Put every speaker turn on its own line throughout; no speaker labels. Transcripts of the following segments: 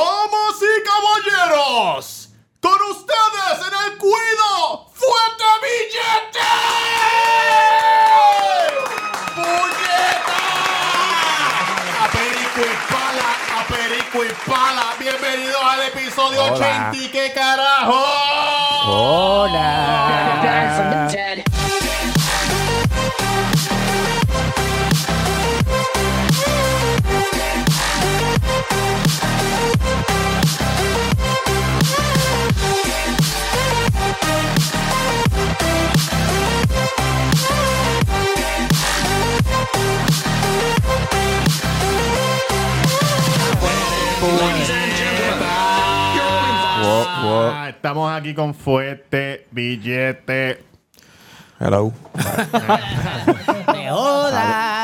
Damas y caballeros, con ustedes en el cuido, fuerte billete. ¡Puñeta! A perico y pala, a perico y pala. Bienvenidos al episodio
Hola. Oh.
80 y qué carajo.
Hola.
dead.
Ah, Estamos aquí con fuerte billete.
Hello.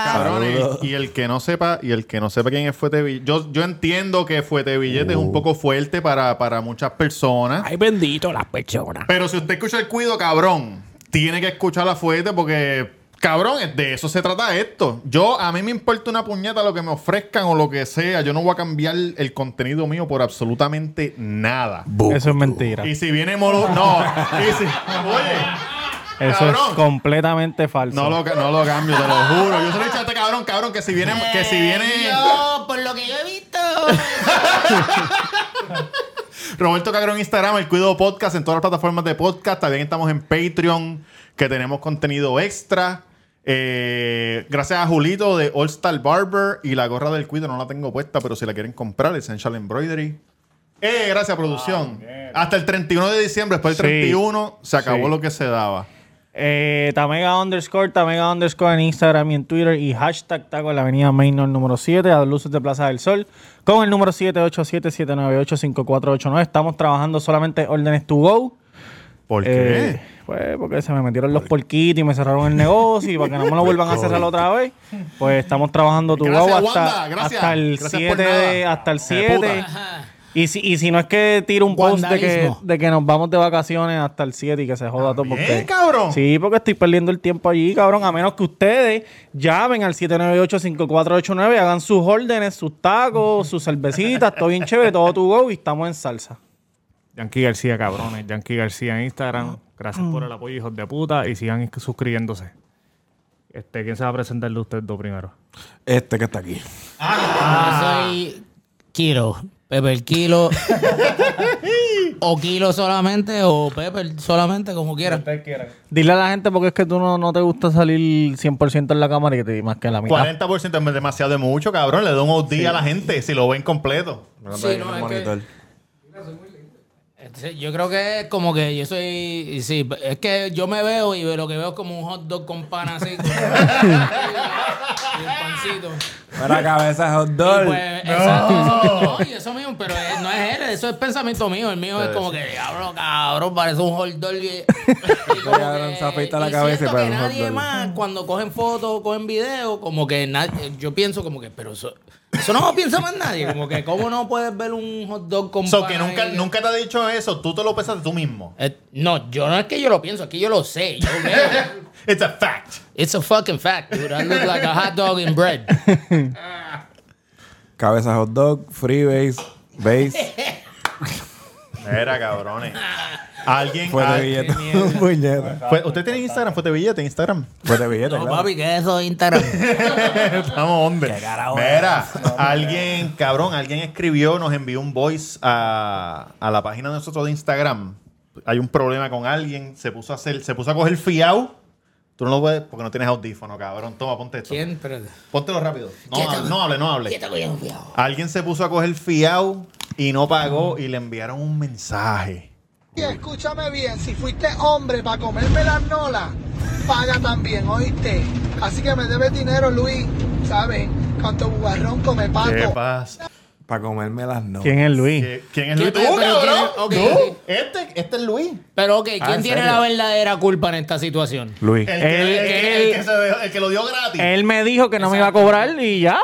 Cabrones.
Saludos.
Y el que no sepa, y el que no sepa quién es Fuete Billete. Yo, yo entiendo que Fuete Billete es un poco fuerte para, para muchas personas.
Ay, bendito las personas.
Pero si usted escucha el cuido, cabrón, tiene que escuchar la fuerte porque, cabrón, es- de eso se trata esto. Yo, a mí me importa una puñeta lo que me ofrezcan o lo que sea. Yo no voy a cambiar el contenido mío por absolutamente nada.
Eso es mentira.
Y si viene Moro... No. Y si- oye...
Eso
cabrón.
es completamente falso.
No lo, ca- no lo cambio, te lo juro. Yo se lo he dicho a este cabrón, cabrón, que si viene, que si viene.
Yo, por lo que yo he visto.
Roberto Cagrón en Instagram, el Cuido Podcast en todas las plataformas de podcast. También estamos en Patreon, que tenemos contenido extra. Eh, gracias a Julito de All Star Barber y la gorra del Cuido no la tengo puesta, pero si la quieren comprar, Essential Embroidery. Eh, gracias, producción. Hasta el 31 de diciembre, después del
Ah, Sí.
31, se acabó
Sí.
lo que se daba.
Eh, Tamega underscore, Tamega underscore en Instagram y en Twitter y hashtag taco en la avenida Main North número 7 a las luces de Plaza del Sol con el número 787-798-5489. Estamos trabajando solamente órdenes to go.
¿Por
Eh,
qué?
pues porque se me metieron los porquitos y me cerraron el negocio y para que no me lo vuelvan a cerrar otra vez, pues estamos trabajando tu
Gracias,
go hasta,
Wanda, gracias.
hasta el
Gracias por
7 de-
nada.
hasta el
Hija de
7. Y si, y si no es que tiro un post de que,
Vandalismo.
de que nos vamos de vacaciones hasta el 7 y que se joda todo
Bien,
porque...
cabrón.
Sí, porque estoy perdiendo el tiempo allí, cabrón. A menos que ustedes llamen al 798-5489, hagan sus órdenes, sus tacos, sus cervecitas, todo bien chévere, todo tu go y estamos en salsa.
Yankee García, cabrones. Yankee García en Instagram. Gracias por el apoyo, hijos de puta. Y sigan suscribiéndose. Este, ¿Quién se va a presentar de ustedes dos primero?
Este que está aquí.
Yo soy Kilo. Pepper Kilo. o Kilo solamente o Pepper solamente, como quieran.
Dile a la gente porque es que tú no, no te gusta salir 100% en la cámara y que te di más que en la mitad.
40% es demasiado de mucho, cabrón. Le doy un OD a la gente si lo ven completo.
Sí, no, es que- Este, Yo creo que es como que yo soy. Sí, es que yo me veo y lo que veo es como un hot dog con pan así. con- y el pancito.
Para cabeza hot
Y
dog.
pues, exacto, eso, no, y eso mismo, pero eh, no es él, eso es pensamiento mío. El mío es como que, diablo, cabrón, parece un hot dog. Y, y como
Cabrón,
que-
se afeita la
y
cabeza y
siento
parece
que
un hot
nadie
dog.
más, cuando cogen fotos o cogen videos, como que nadie, yo pienso como que, pero eso, eso no lo piensa más nadie. Como que, ¿cómo no puedes ver un hot dog con
So,
pan
que nunca,
ahí?
nunca te ha dicho eso, tú te lo pensaste tú mismo.
Eh, no, yo no es que yo lo pienso, es que yo lo sé. Yo veo.
It's a fact.
It's a fucking fact, dude. I look like a hot dog in bread.
Cabeza hot dog, freebase, base,
Era, cabrones. Alguien.
fue
al-
de billete. Puñeta.
Fue- ¿Usted tiene Instagram? ¿Fue de billete Instagram?
Fue de billete,
No,
claro.
papi, que eso es Instagram.
Estamos, hombre. Mira, alguien, cabrón, alguien escribió, nos envió un voice a, a la página de nosotros de Instagram. Hay un problema con alguien, se puso a hacer, se puso a coger fiao. Tú no lo puedes porque no tienes audífono, cabrón. Toma, ponte esto.
¿Quién? Pero,
Póntelo rápido. No,
Quieto.
hable, no hable, no hable.
¿Qué te voy a enviar?
Alguien se puso a coger fiao y no pagó y le enviaron un mensaje.
Y escúchame bien, si fuiste hombre para comerme las nolas, paga también, ¿oíste? Así que me debes dinero, Luis, ¿sabes? Cuanto bugarrón come
¿Qué
pato.
pasa?
Para comerme las no.
¿Quién es Luis?
¿Qué- ¿Quién es Luis?
¿Qué-
¿Tú,
pero- pero
cabrón?
quién-
¿Tú?
ok, ok.
Este, este es Luis.
Pero ok,
Ah,
¿quién
¿en
tiene
serio?
la verdadera culpa en esta situación?
Luis.
El que,
Él-
el que- el
él-
que se dejó- el que lo dio gratis.
Él me dijo que no me iba a cobrar y ya.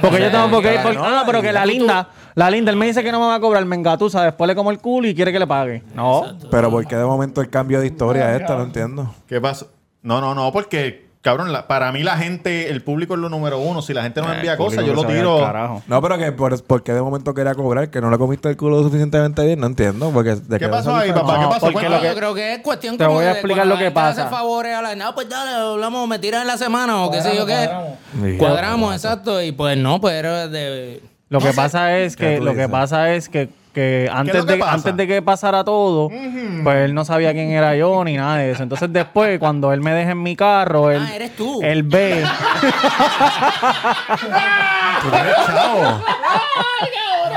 Porque yo tengo que ir por... Ah, pero que la linda, la linda, él me dice que no me va a cobrar, me engatusa, después le como el culo y quiere que le pague. No.
Pero ¿por qué de momento el cambio de historia esta? No entiendo.
¿Qué pasó? No, no, no, porque Cabrón, la- para mí la gente, el público es lo número uno. Si la gente
Ah,
no me envía cosas, yo lo tiro.
Carajo.
No, pero que por, ¿por qué de momento quería cobrar? ¿Que no le comiste el culo suficientemente bien? No entiendo. Porque de
¿Qué
que
pasó
eso-
ahí, papá? ¿Qué
No,
pasó?
porque
Cuéntame.
lo que-
Ah, yo creo que es cuestión
Te
como
voy a
de
explicar
cuando
lo
la
que
gente hace
pasa.
favores a la no, pues dale, hablamos, me tiran en la semana o qué sé yo qué.
Sí.
Cuadramos, exacto. Y pues no, pues era de.
Lo que
no sé.
pasa es
¿Qué
que
tú
lo que
dices?
pasa es que, que
es
antes
lo que
de
pasa?
antes de que pasara todo, pues él no sabía quién era yo ni nada de eso. Entonces después cuando él me deja en mi carro, él
Ah, eres tú.
él ve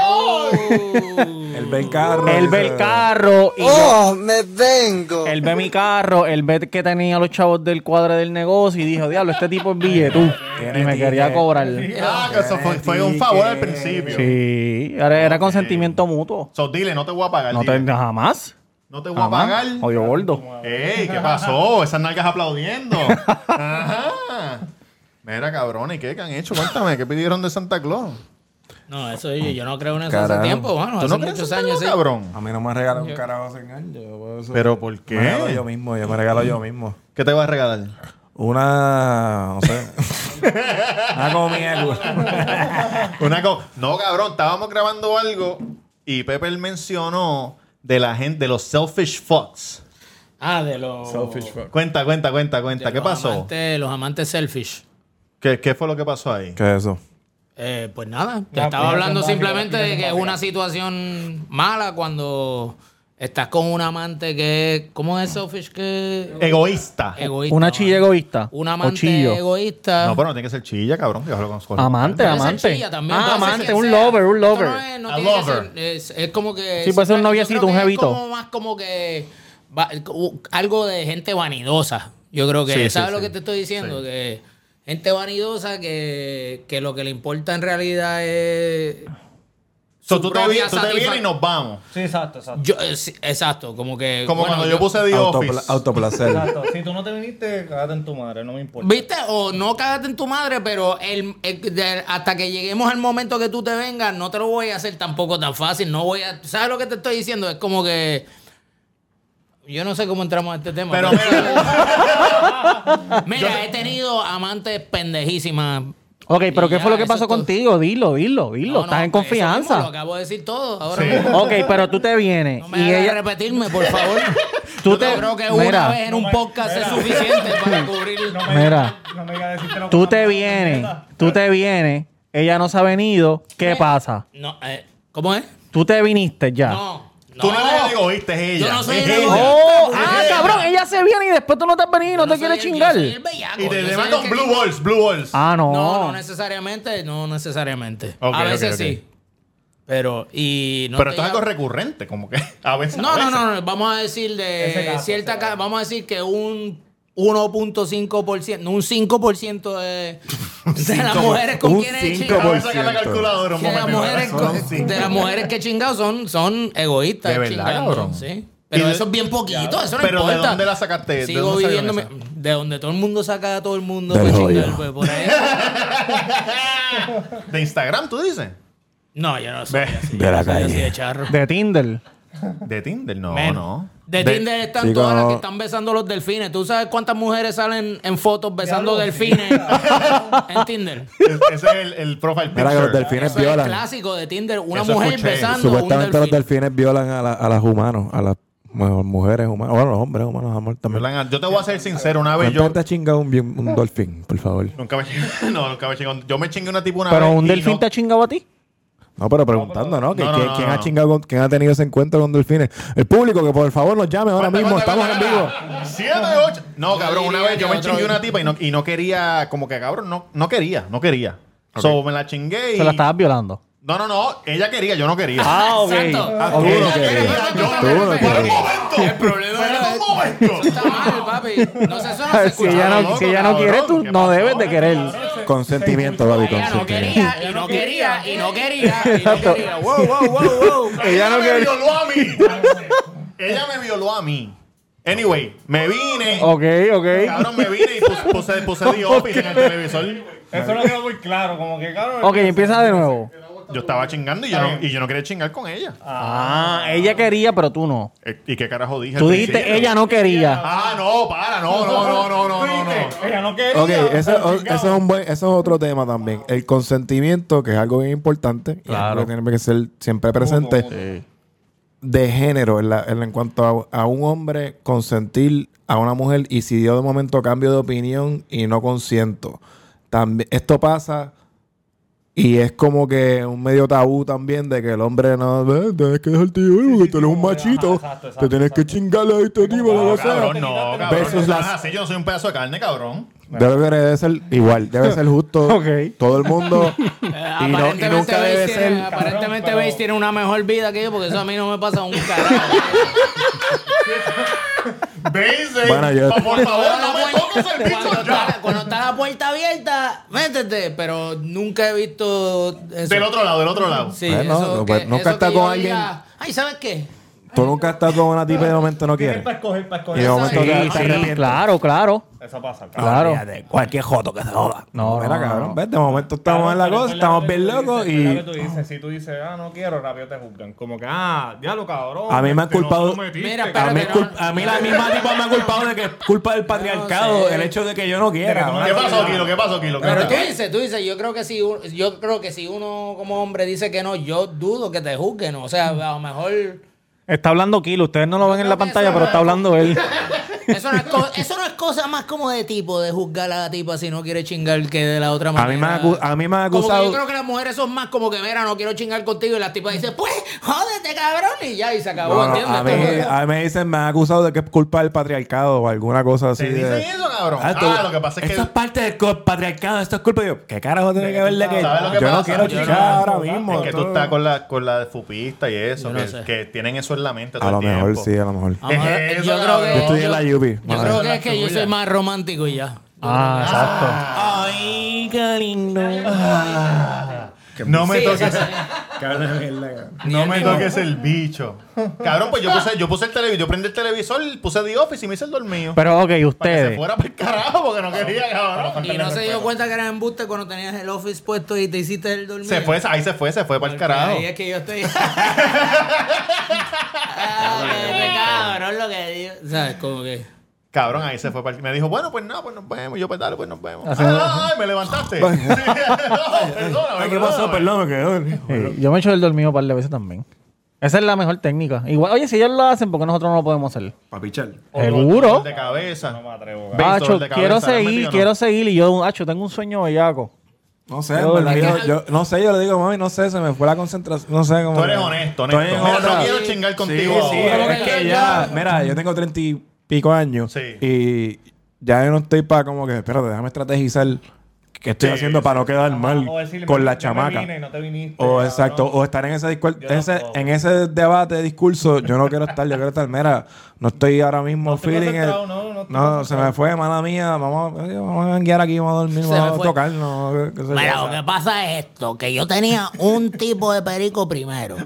Oh.
El Ben Carro.
él ve el
dice-
carro y
¡Oh, me vengo!
él ve mi carro, él ve que tenía los chavos del cuadre del negocio y dijo, "Diablo, este tipo es billetú."
Tiene
Y me quería
ticket.
cobrar.
Ah, que eso fue, fue un favor al principio.
Sí, era, era consentimiento mutuo.
So, dile, no te voy a pagar.
No te
dile.
jamás.
No te voy a
Jamás.
pagar.
Odio gordo.
¡Ey! ¿Qué pasó? Esas nalgas aplaudiendo. Ajá. Mira, cabrón, ¿y qué, ¿Qué han hecho? Cuéntame, ¿qué pidieron de Santa Claus?
No, eso yo, yo no creo en eso
Carajo.
hace tiempo, bueno,
¿Tú
hace
no crees en
muchos
Santa
años.
Claus,
sí.
cabrón?
A mí no me regalan un carajo hace años. yo puedo ser-
¿Pero por
Me regalo yo
qué?
mismo, yo me regalo yo mismo.
¿Qué te vas a regalar?
Una. No sé. una comida. güey.
Una co- No, cabrón, estábamos grabando algo y Pepe él mencionó de la gente, de los selfish fucks.
Ah, de los.
Cuenta, cuenta, cuenta,
de
cuenta. ¿Qué
los
pasó?
amantes- los amantes selfish.
¿Qué, ¿Qué fue lo que pasó ahí?
¿Qué es eso?
Eh, pues nada, te estaba hablando simplemente de que es una situación mala cuando estás con un amante que es, ¿cómo es selfish que
Eh, Egoísta.
egoísta?
Una
¿no?
chilla egoísta.
Un
O
amante
chillo.
egoísta.
No, pero no tiene que ser chilla, cabrón. déjalo con su-
Amante,
Puede ser
amante.
chilla también,
Ah,
puede ser
amante,
quien
un
sea.
lover, un
Esto
lover.
no es, no
A
tiene que
lover.
ser- es, es como que.
Sí, puede ser un
yo
noviecito,
creo
un
que
jevito.
Es como más como que. va- u- algo de gente vanidosa. Yo creo que.
Sí, sí,
¿Sabes lo
sí.
que te estoy diciendo? Que gente vanidosa que, que lo que le importa en realidad es.
So,
su
tú, te,
propia
vi- tú te
satisfa-
vienes y nos vamos.
Sí, exacto, exacto.
Yo, eh, sí, exacto, como que.
Como
bueno,
cuando yo, puse The
Autopla-
Office.
autoplacer.
Exacto. Si tú no te viniste, cagate en tu madre, no me importa.
¿Viste? O no cágate en tu madre, pero el, el- de- hasta que lleguemos al momento que tú te vengas, no te lo voy a hacer tampoco tan fácil. No voy a. ¿Sabes lo que te estoy diciendo? Es como que. Yo no sé cómo entramos a este tema.
Pero mira,
mira, he tenido amantes pendejísimas.
Ok, pero
Y
¿qué
ya,
fue lo que
eso es
pasó
todo.
contigo? Dilo, dilo, dilo.
No, no,
Estás en
pues, eso mismo, Lo
confianza.
acabo de decir todo. Ahora
Sí.
mismo.
Ok, pero tú te vienes
No
y
me hagas
ella...
repetirme, por favor.
Tú
Yo
te-
creo que
mira.
una vez en un podcast es suficiente para cubrir.
Mira,
No me digas decirte lo
tú te vienes, tú te vienes, ella no se ha venido, ¿qué pasa?
No, eh, ¿Cómo es?
Tú te viniste ya.
No.
tú no eres egoísta, es ella.
Yo no soy
es
el
ella.
egoísta.
¡Oh!
Ella.
¡Ah, cabrón! Ella se viene y después tú no te has venido y no te quieres chingar.
Y te demás con Blue Balls, Blue Balls.
Ah, no.
No, no necesariamente, no necesariamente.
Ok,
a veces
ok, ok.
sí. Pero, y no
Pero
te
esto es
diga-
algo recurrente, como que a veces. a
No, no,
veces.
no, no, vamos a decir de
Ese caso,
cierta
ese
ca- vamos a decir que un 1.5%, no, un 5% de, de las mujeres con
un
quienes he
5%.
chingado-
Vamos a sacar la calculadora un
que las
momento.
mujeres
Son
con-
cinco.
de las mujeres que he chingado son, son egoístas.
De verdad,
chingando,
cabrón.
sí.
Y
Pero
de-
eso es bien poquito, eso no
Pero ¿de
importa.
dónde la sacaste? ¿De
Sigo
dónde salieron
viviendo de donde todo el mundo saca a todo el mundo.
Del
pues,
hoyo.
chingar, pues, por ahí.
¿De Instagram, tú dices?
No, yo no soy así.
de
yo
la
no soy
calle.
así de charro.
De Tinder.
¿De Tinder? No,
Menos.
no.
De, Tinder están
Chico,
todas las
no.
que están besando los delfines. ¿Tú sabes cuántas mujeres salen en fotos besando delfines en Tinder?
Es- Ese es el, el profile picture.
Mira que los delfines
Eso es el
violan.
clásico de Tinder. Una
Eso
mujer
escuché.
besando a un
Supuestamente los
delfín.
delfines violan a, la- a los humanos, a las mu- mujeres humanas. Bueno, los hombres humanos, amor, también.
Blanca, Yo te voy a ser sincero, una vez yo.
¿Cuántas chinga un, bien- un dolfín, por favor?
Nunca me chingué. No, nunca me chingué. Yo me chingué una tipo una
Pero
vez.
un
y
delfín
no-
te ha chingado a ti.
No, pero preguntando, ¿no? Que-
No, no,
¿quién,
no,
quién
no.
ha chingado con- quién ha tenido ese encuentro con delfines? El público, que por favor nos llame ahora
¿Cuántas,
mismo.
cuántas,
Estamos en
cuántas,
vivo.
cuántas? Siete, ocho. No, cabrón, una
diría
vez yo
que
me
otro
chingué
día.
una tipa y no, y no quería, como que cabrón, no, no quería, no quería. So me la chingué y.
Se la estabas violando.
No, no, no. Ella quería, yo no quería.
Ah, ok.
Exacto.
Ah,
Tú
ok.
no
Ella
querías.
quería, yo no
Tú
quería.
no
Para un
querías.
momento.
El problema
Para
era- este.
un momento.
Está mal, papi. No sé, eso no se
Ah, Si
escucha.
ella no,
loco,
si ella no
cabrón,
quiere, tú
¿qué
no
pasó?
debes de querer.
Consentimiento, Babi,
Ella no
consentimiento.
quería, y no quería, y no quería, y no quería. Wow, wow, wow, wow.
Ella no me violó a mí. Ella me violó a mí. Anyway, me vine.
Ok, ok.
Cabrón, me vine y pus- puse, puse, The Office en el televisor.
Eso no quedó muy claro, como que claro.
Ok, empieza de nuevo.
Yo estaba chingando y yo, no, y yo no quería chingar con ella.
Ah, ella quería, pero tú no.
Eh, ¿Y qué carajo dije? al
Tú dijiste,
principio?
ella no quería.
Ah, no, para, no, no, no, no, no, no. no.
Ella no quería.
Ok, eso, oh, o- eso es un buen, eso es otro tema también. El consentimiento, que es algo bien importante, claro. que tiene que ser siempre presente, de género, en, la- en- en cuanto a, a un hombre consentir a una mujer y si yo de momento cambio de opinión y no consiento. También, esto pasa y es como que un medio tabú también de que el hombre no, "Eh, tienes que dejarte ir porque tú eres un machito, te tienes que chingarle a este tipo, lo
No,
que sea.
"Ah, cabrón, no, cabrón.
Versus
no
las-
seas así, yo no soy un pedazo de carne, cabrón.
Debe que debe ser igual, debe ser justo.
Ok.
Todo el mundo. y, no- y
aparentemente
nunca
Bass
debe
tiene,
ser.
aparentemente
pero-
Bass tiene una mejor vida que yo porque eso a mí no me pasa un carajo.
Basic.
Bueno, yo-
Por favor, no me toques el
cuando,
bicho
está,
ya.
cuando está la puerta abierta, métete. Pero nunca he visto eso.
Del otro lado, del otro lado.
Sí,
Bueno,
eso
no,
que-
pues, nunca
eso que
está
yo
con alguien-
diga, Ay, ¿sabes qué?
Tú nunca estás con una tipa y de momento no quieres.
escoger, para
Y de momento
Sí,
te,
sí,
te arrepientes.
Claro, claro.
Eso pasa,
Claro.
Cualquier joto que se joda. No, mira,
no,
cabrón. Ves, de momento estamos en la cosa, estamos bien locos y.
tú dices, si tú dices, ah, no quiero, rápido te juzgan. Como que, ah, ya lo cabrón.
A mí me han
este, no
culpado-
sometiste,
Mira,
A
cabrón.
mí,
Pero
cul-
no-
a mí la misma tipa me ha culpado de que es culpa del patriarcado,
No sé.
el hecho de que yo no
De que
quiera.
tú no
¿Qué
mano.
pasó, Kilo? ¿Qué pasó, Kilo? ¿Qué
Pero
pasó?
tú dices, tú dices, yo creo que si un- yo creo que si uno como hombre dice que no, yo dudo que te juzguen. O sea, a lo mejor
Está hablando Kilo. Ustedes no lo ven en la
creo que
pantalla,
eso
pero
no
está
es-
hablando él.
eso no es, co- eso no es cosa más como de tipo, de juzgar a la tipa si no quiere chingar que de la otra
A
manera.
mí me han acu- a mí me han
Como que
acusado.
yo creo que las mujeres son más como que, mira, no quiero chingar contigo. Y las tipas dicen, pues, jódete, cabrón. Y ya, y se acabó.
No, no,
¿entiendes?
a, mí,
Como que-
a mí me dicen, me han acusado de que es culpa del patriarcado o alguna cosa así.
¿Te dicen
de-
eso, cabrón?
tú-
Ah, lo que pasa es que-
Esto es parte del co- patriarcado, esto es culpa. Yo, ¿qué carajo tiene que ver de que,
¿Sabes lo que
yo no
pasa?
quiero
Yo no-
chichar ahora mismo?
Es que tú
todo.
estás con la, con la fupista y eso,
Yo no
que,
sé.
que tienen eso en la mente todo
A lo
el tiempo.
mejor, sí, a lo mejor.
Vamos a ver,
Eso,
yo creo
cabrón.
que.
Yo estudié en la
yo-
UPI.
Yo
madre.
creo que es que yo soy más romántico y ya.
Ah, exacto.
Ay, cariño.
No me
Sí,
toques.
esa-
No me toques el bicho. Cabrón, pues yo puse, yo puse el televisor, yo prendí el televisor, puse The Office y me hice el dormido.
Pero ok,
para que se
ustedes.
fuera para el carajo, porque no quería, cabrón.
Y no se dio cuenta que era embuste cuando tenías el office puesto y te hiciste el dormido.
Se fue, ahí se fue, se fue para el carajo.
Ahí es que yo estoy. Ah, este cabrón lo que digo. ¿Sabes? Como que.
Cabrón, ahí se fue para el... Me dijo, bueno, pues no, pues nos vemos. Y Yo, pues dale, pues nos vemos. Ah, ah, ah, me levantaste. Sí. No, perdóname,
Ay, ¿Qué pasó?
perdóname.
Perdón, me quedé.
Sí, yo me he hecho el dormido un par de veces también. Esa es la mejor técnica. Igual, oye, si ellos lo hacen, ¿por qué nosotros no lo podemos hacer?
Para pichar.
Otro
Seguro. Ah,
dolor De cabeza. No me atrevo.
Acho, quiero seguir, quiero seguir. Y yo, Acho, tengo un sueño bellaco.
No sé,
Yo-
en verdad, yo,
que-
yo- no sé, yo le digo, mami, no sé, se me fue la concentración, no sé cómo.
Tú eres honesto, honesto.
Estoy en
Mira,
otra.
no quiero chingar contigo.
Sí, sí,
ahora.
es que ya, mira, yo tengo treinta y pico años
Sí.
y ya yo no estoy para como que, espérate, déjame estrategizar qué estoy
Sí,
haciendo para no quedar mal
O decirle,
con la
"Yo me
chamaca.
vine y no te viniste,
O
cabrón".
exacto, o estar en ese, discuer-
Yo no
ese-
puedo.
en ese debate, discurso, yo no quiero estar, yo quiero estar, mira, no estoy ahora mismo
estoy
feeling it.
concentrado, no, no estoy
No, se me fue, mala mía, vamos, eh, vamos a janguear aquí, vamos a dormir,
Se me
vamos a
fue.
tocarnos. qué- qué sé yo.
Mira, lo que pasa es esto, que yo tenía un tipo de perico primero.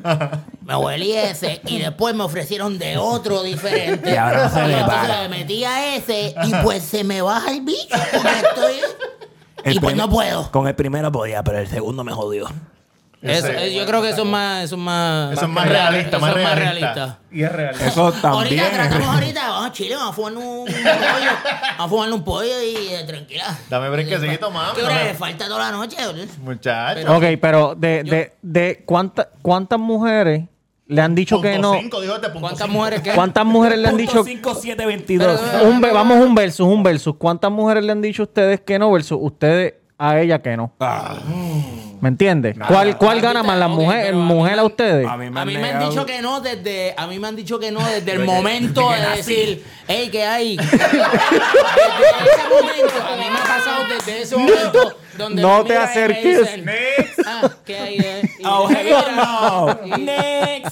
Me huelí ese y después me ofrecieron de otro diferente.
Y ahora se me
Entonces
para.
me metí a ese y pues se me baja el bicho porque estoy... y pues no puedo.
Con el primero podía, pero el segundo me jodió.
yo creo que eso es más... Eso es más,
Eso es más realista, más realista.
Y es real.
Eso también.
Ahorita tratamos ahorita, vamos a Chile, vamos a fumarnos un pollo, vamos a fumarnos un pollo y eh, tranquila.
Dame brinquecito, mami.
¿Qué
no
hora
me-
le falta toda la noche? boludo?
Muchacho.
Ok, pero de, de, de cuánta- cuántas mujeres le han dicho que
Punto
no.
cinco, dijo este punto
¿Cuántas
cinco.
mujeres que
¿Cuántas mujeres le han dicho? Un ve- vamos un versus, un versus. ¿Cuántas mujeres le han dicho a ustedes que no versus ustedes a ella que no? ¿Me entiendes? ¿Cuál, cuál gana más, la
Ok,
mujer,
pero a mí
mujer a
me-
ustedes?
A mí me han dicho que no desde, a mí me han dicho que no desde el momento de decir, hey, ¿qué hay? desde ese momento, a mí me ha pasado desde ese momento donde
No
me
te
miran y me
acerques.
dicen, Ah, ¿qué hay? eh?" Y
Oh,
me
hell
miran.
no.
Y-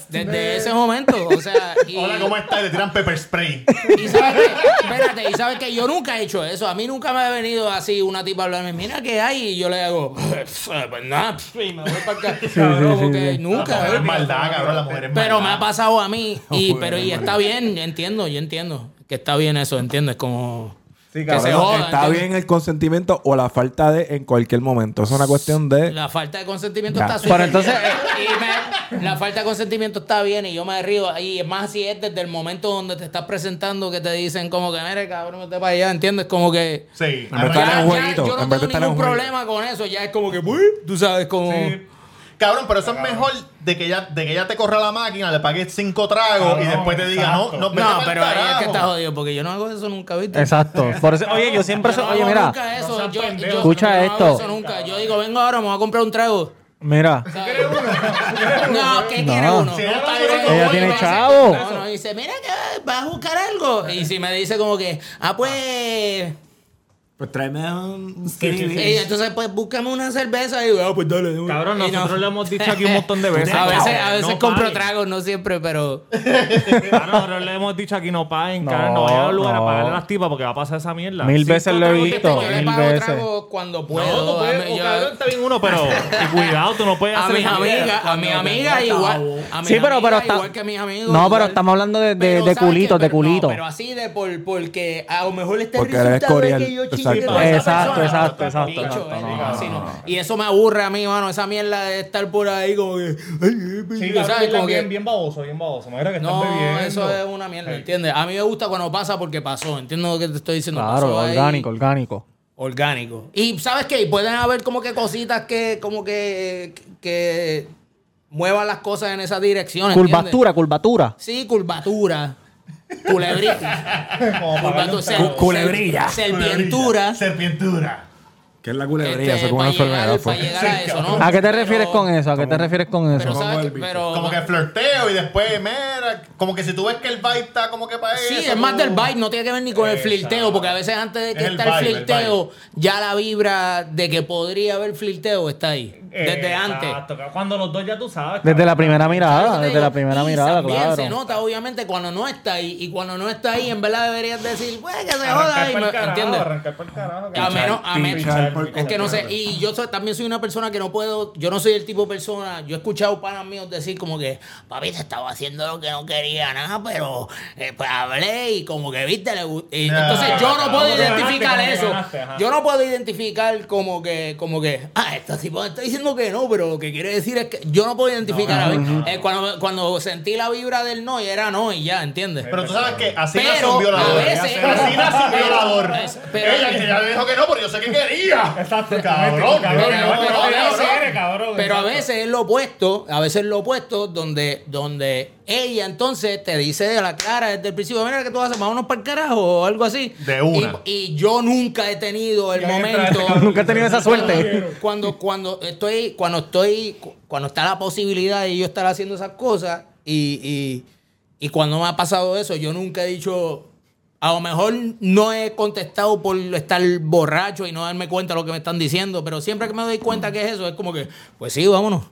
Desde ese momento, o sea, y,
Hola, ¿cómo estás? Le tiran pepper spray.
y sabes que, espérate, y sabes que yo nunca he hecho eso. A mí nunca me ha venido así una tipa a hablarme, mira qué hay, y yo le hago, pues nada, y me voy para acá. Cabrón, porque nunca. ¿eh?
Es maldad, cabrón, la mujer es
Pero me ha
maldad.
pasado a mí. Y, pero y está bien, yo entiendo, yo entiendo. Que está bien eso, ¿entiendes? Como.
Sí,
Que se
cabrón.
joda,
Está
entonces-
bien el consentimiento o la falta de en cualquier momento. Es una cuestión de.
La falta de consentimiento
Ya.
está eh,
Pero entonces,
Y me- la falta de consentimiento está bien y yo me río. Y es más si es desde el momento donde te estás presentando que te dicen como que, mire, cabrón, usted para allá, ¿entiendes? Como que...
Sí.
En vez de estar en
Ya- ya
jueguito,
yo no
en vez de
tengo
estar en
ningún
jueguito.
problema con eso. Ya es como que, "Uy", tú sabes, como...
Cabrón, pero eso es mejor de que ya, de que ya te corra la máquina, le pagues cinco tragos y después te diga, no, no, vete
No,
pa'l
pero ahí "Ah, es
carajo.
que está jodido porque yo no hago eso nunca, ¿viste?
Exacto. Por eso, oye, yo siempre.
Yo
so-
no
oye,
hago
mira.
nunca eso.
seas
Yo- yo-
pendejo.
Escucha
yo no hago
esto.
eso nunca. Yo digo, vengo ahora, me voy a comprar un trago.
Mira.
No, ¿qué quiere
No.
uno?
Si no,
Uno
no
está
tiene-
con
ella
uno y
tiene
me dice-
chavo.
No, no, dice, mira que vas a buscar algo. Y si me dice como que, ah, pues...
Pues tráeme un.
Y entonces, pues, búscame una cerveza y, ah, pues dale. dale".
Cabrón,
Y
nosotros le hemos dicho aquí un montón de veces.
a veces, a
cabrón,
veces
no
compro
paguen.
tragos, no siempre, pero...
Ah, no, nosotros le hemos dicho aquí no paguen,
No,
cabrón, no vayan al lugar
no.
a pagarle a las tipas porque va a pasar esa mierda.
Mil
Sí,
veces lo he visto.
Yo le
Mil
pago
veces.
tragos cuando
No,
puedo.
tú puedes,
a mí-
o
yo-
cabrón, está bien uno, pero y cuidado, tú no puedes
a
hacer
mis
esa mierda.
amigas, a mis amigas igual. A mis
Sí, pero, pero
amigas
está-
igual que a mis amigos.
No,
igual.
pero estamos hablando de, de-
Pero,
de
¿sabes
culitos,
qué?
de
Pero no,
culitos.
pero así de por, porque a lo mejor este
Porque eres
resultado es
coreal,
que yo
exacto.
chingue con esa
Exacto,
persona.
exacto, exacto,
Bicho,
exacto,
eh,
no,
digo,
no,
así
no,
no. Y eso me aburre a mí, mano, esa mierda de estar por ahí como que... ay, ay,
Sí,
¿sabes? Como
cabrón, bien,
que-
bien, bien baboso, bien baboso. Mira que estás
no,
bebiendo.
eso es una mierda, ¿entiendes? A mí me gusta cuando pasa porque pasó, entiendo lo que te estoy diciendo.
Claro,
pasó ahí.
orgánico, orgánico.
Orgánico. Y sabes qué, Y pueden haber como que cositas que, como que, que muevan las cosas en esa dirección. ¿entiendes?
Curvatura, curvatura.
Sí, curvatura. Culebrita. Curvatura, ser-
Culebrilla.
ser- Serpientura.
Serpientura.
¿Qué es la culebrería?
Este,
Eso es como
para
una
llegar,
enfermedad. pues.
para
fue.
llegar a eso, ¿no?
¿A qué te
Pero-
refieres con eso? ¿A qué te refieres con
Pero,
eso?
¿sabes?
vuelve.
Pero-
Como que flirteo y después, mira, como que si tú ves que el vibe está como que para
Sí,
eso,
es más
como-
del vibe, no tiene que ver ni con el flirteo, porque a veces antes de que
Es el
está el
vibe, el
flirteo, ya la vibra de que podría haber flirteo está ahí. Desde antes.
Eh, Exacto, cabrón, Cuando los dos ya tú sabes.
Desde la
cabrón.
primera
Por
mirada,
eso te
desde
digo,
la primera
y
mirada,
también
claro.
se nota obviamente cuando no está ahí y cuando no está ahí en verdad deberías decir, pues que se joda
Arrancar
y
pa'l
me-
carajo,
¿entiendes?
Arrancar por el carajo.
A
cabrón.
menos, a menos-
Pinchar por
es que no sé, y yo soy- también soy una persona que no puedo, yo no soy el tipo de persona, yo he escuchado panas míos decir como que, papi, te estaba haciendo lo que no quería nada, pero eh, pues hablé y como que viste, le gu- y
Ah,
entonces yo no
como
puedo
que ganaste,
identificar
como que
eso,
ganaste, ajá.
yo no puedo identificar como que, como que, ah, este tipo me está diciendo que no, pero lo que quiere decir es que yo no puedo identificar, a mí. Eh, cuando, cuando sentí la vibra del no y era no y ya, ¿entiendes?
Pero tú sabes que así
Pero,
nace un violador.
a veces-
así nace un
Pero-
violador.
pero-
Ella que ya le dijo que no, pero yo sé que quería. Exacto. Cabrón,
Pero-
cabrón.
pero-
no,
pero-
cabrón.
pero-
cabrón.
Pero a veces es lo opuesto, a veces es lo opuesto, donde, donde ella entonces te dice de la cara desde el principio, mira que tú haces, vámonos para el carajo o algo así.
De una.
Y, y yo nunca he tenido el momento.
este
Nunca he tenido esa suerte.
Cuando, cuando estoy, cuando estoy, cuando está la posibilidad de yo estar haciendo esas cosas, y, y, y cuando me ha pasado eso, yo nunca he dicho. A lo mejor no he contestado por estar borracho y no darme cuenta de lo que me están diciendo, pero siempre que me doy cuenta que es eso, es como que, pues sí, vámonos.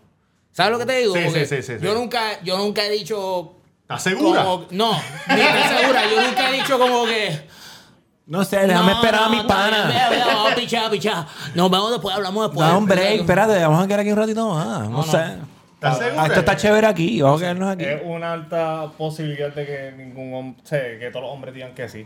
¿Sabes lo que te digo?
Sí,
Porque
sí, sí, sí, sí.
yo nunca, yo nunca he dicho
¿Estás segura?
como- no, ni estoy segura, yo nunca he dicho como que
No sé, déjame
no,
esperar a
no,
mi
no,
pana.
vea, vea, Vamos a pichar, pichar. Nos vemos después, hablamos después.
No, un break, espérate, vamos a quedar aquí un ratito más. No sé.
¿Estás
Ah,
segura?
Esto está chévere aquí, vamos a quedarnos aquí.
Es una alta posibilidad de que ningún hombre, que todos los hombres digan que sí.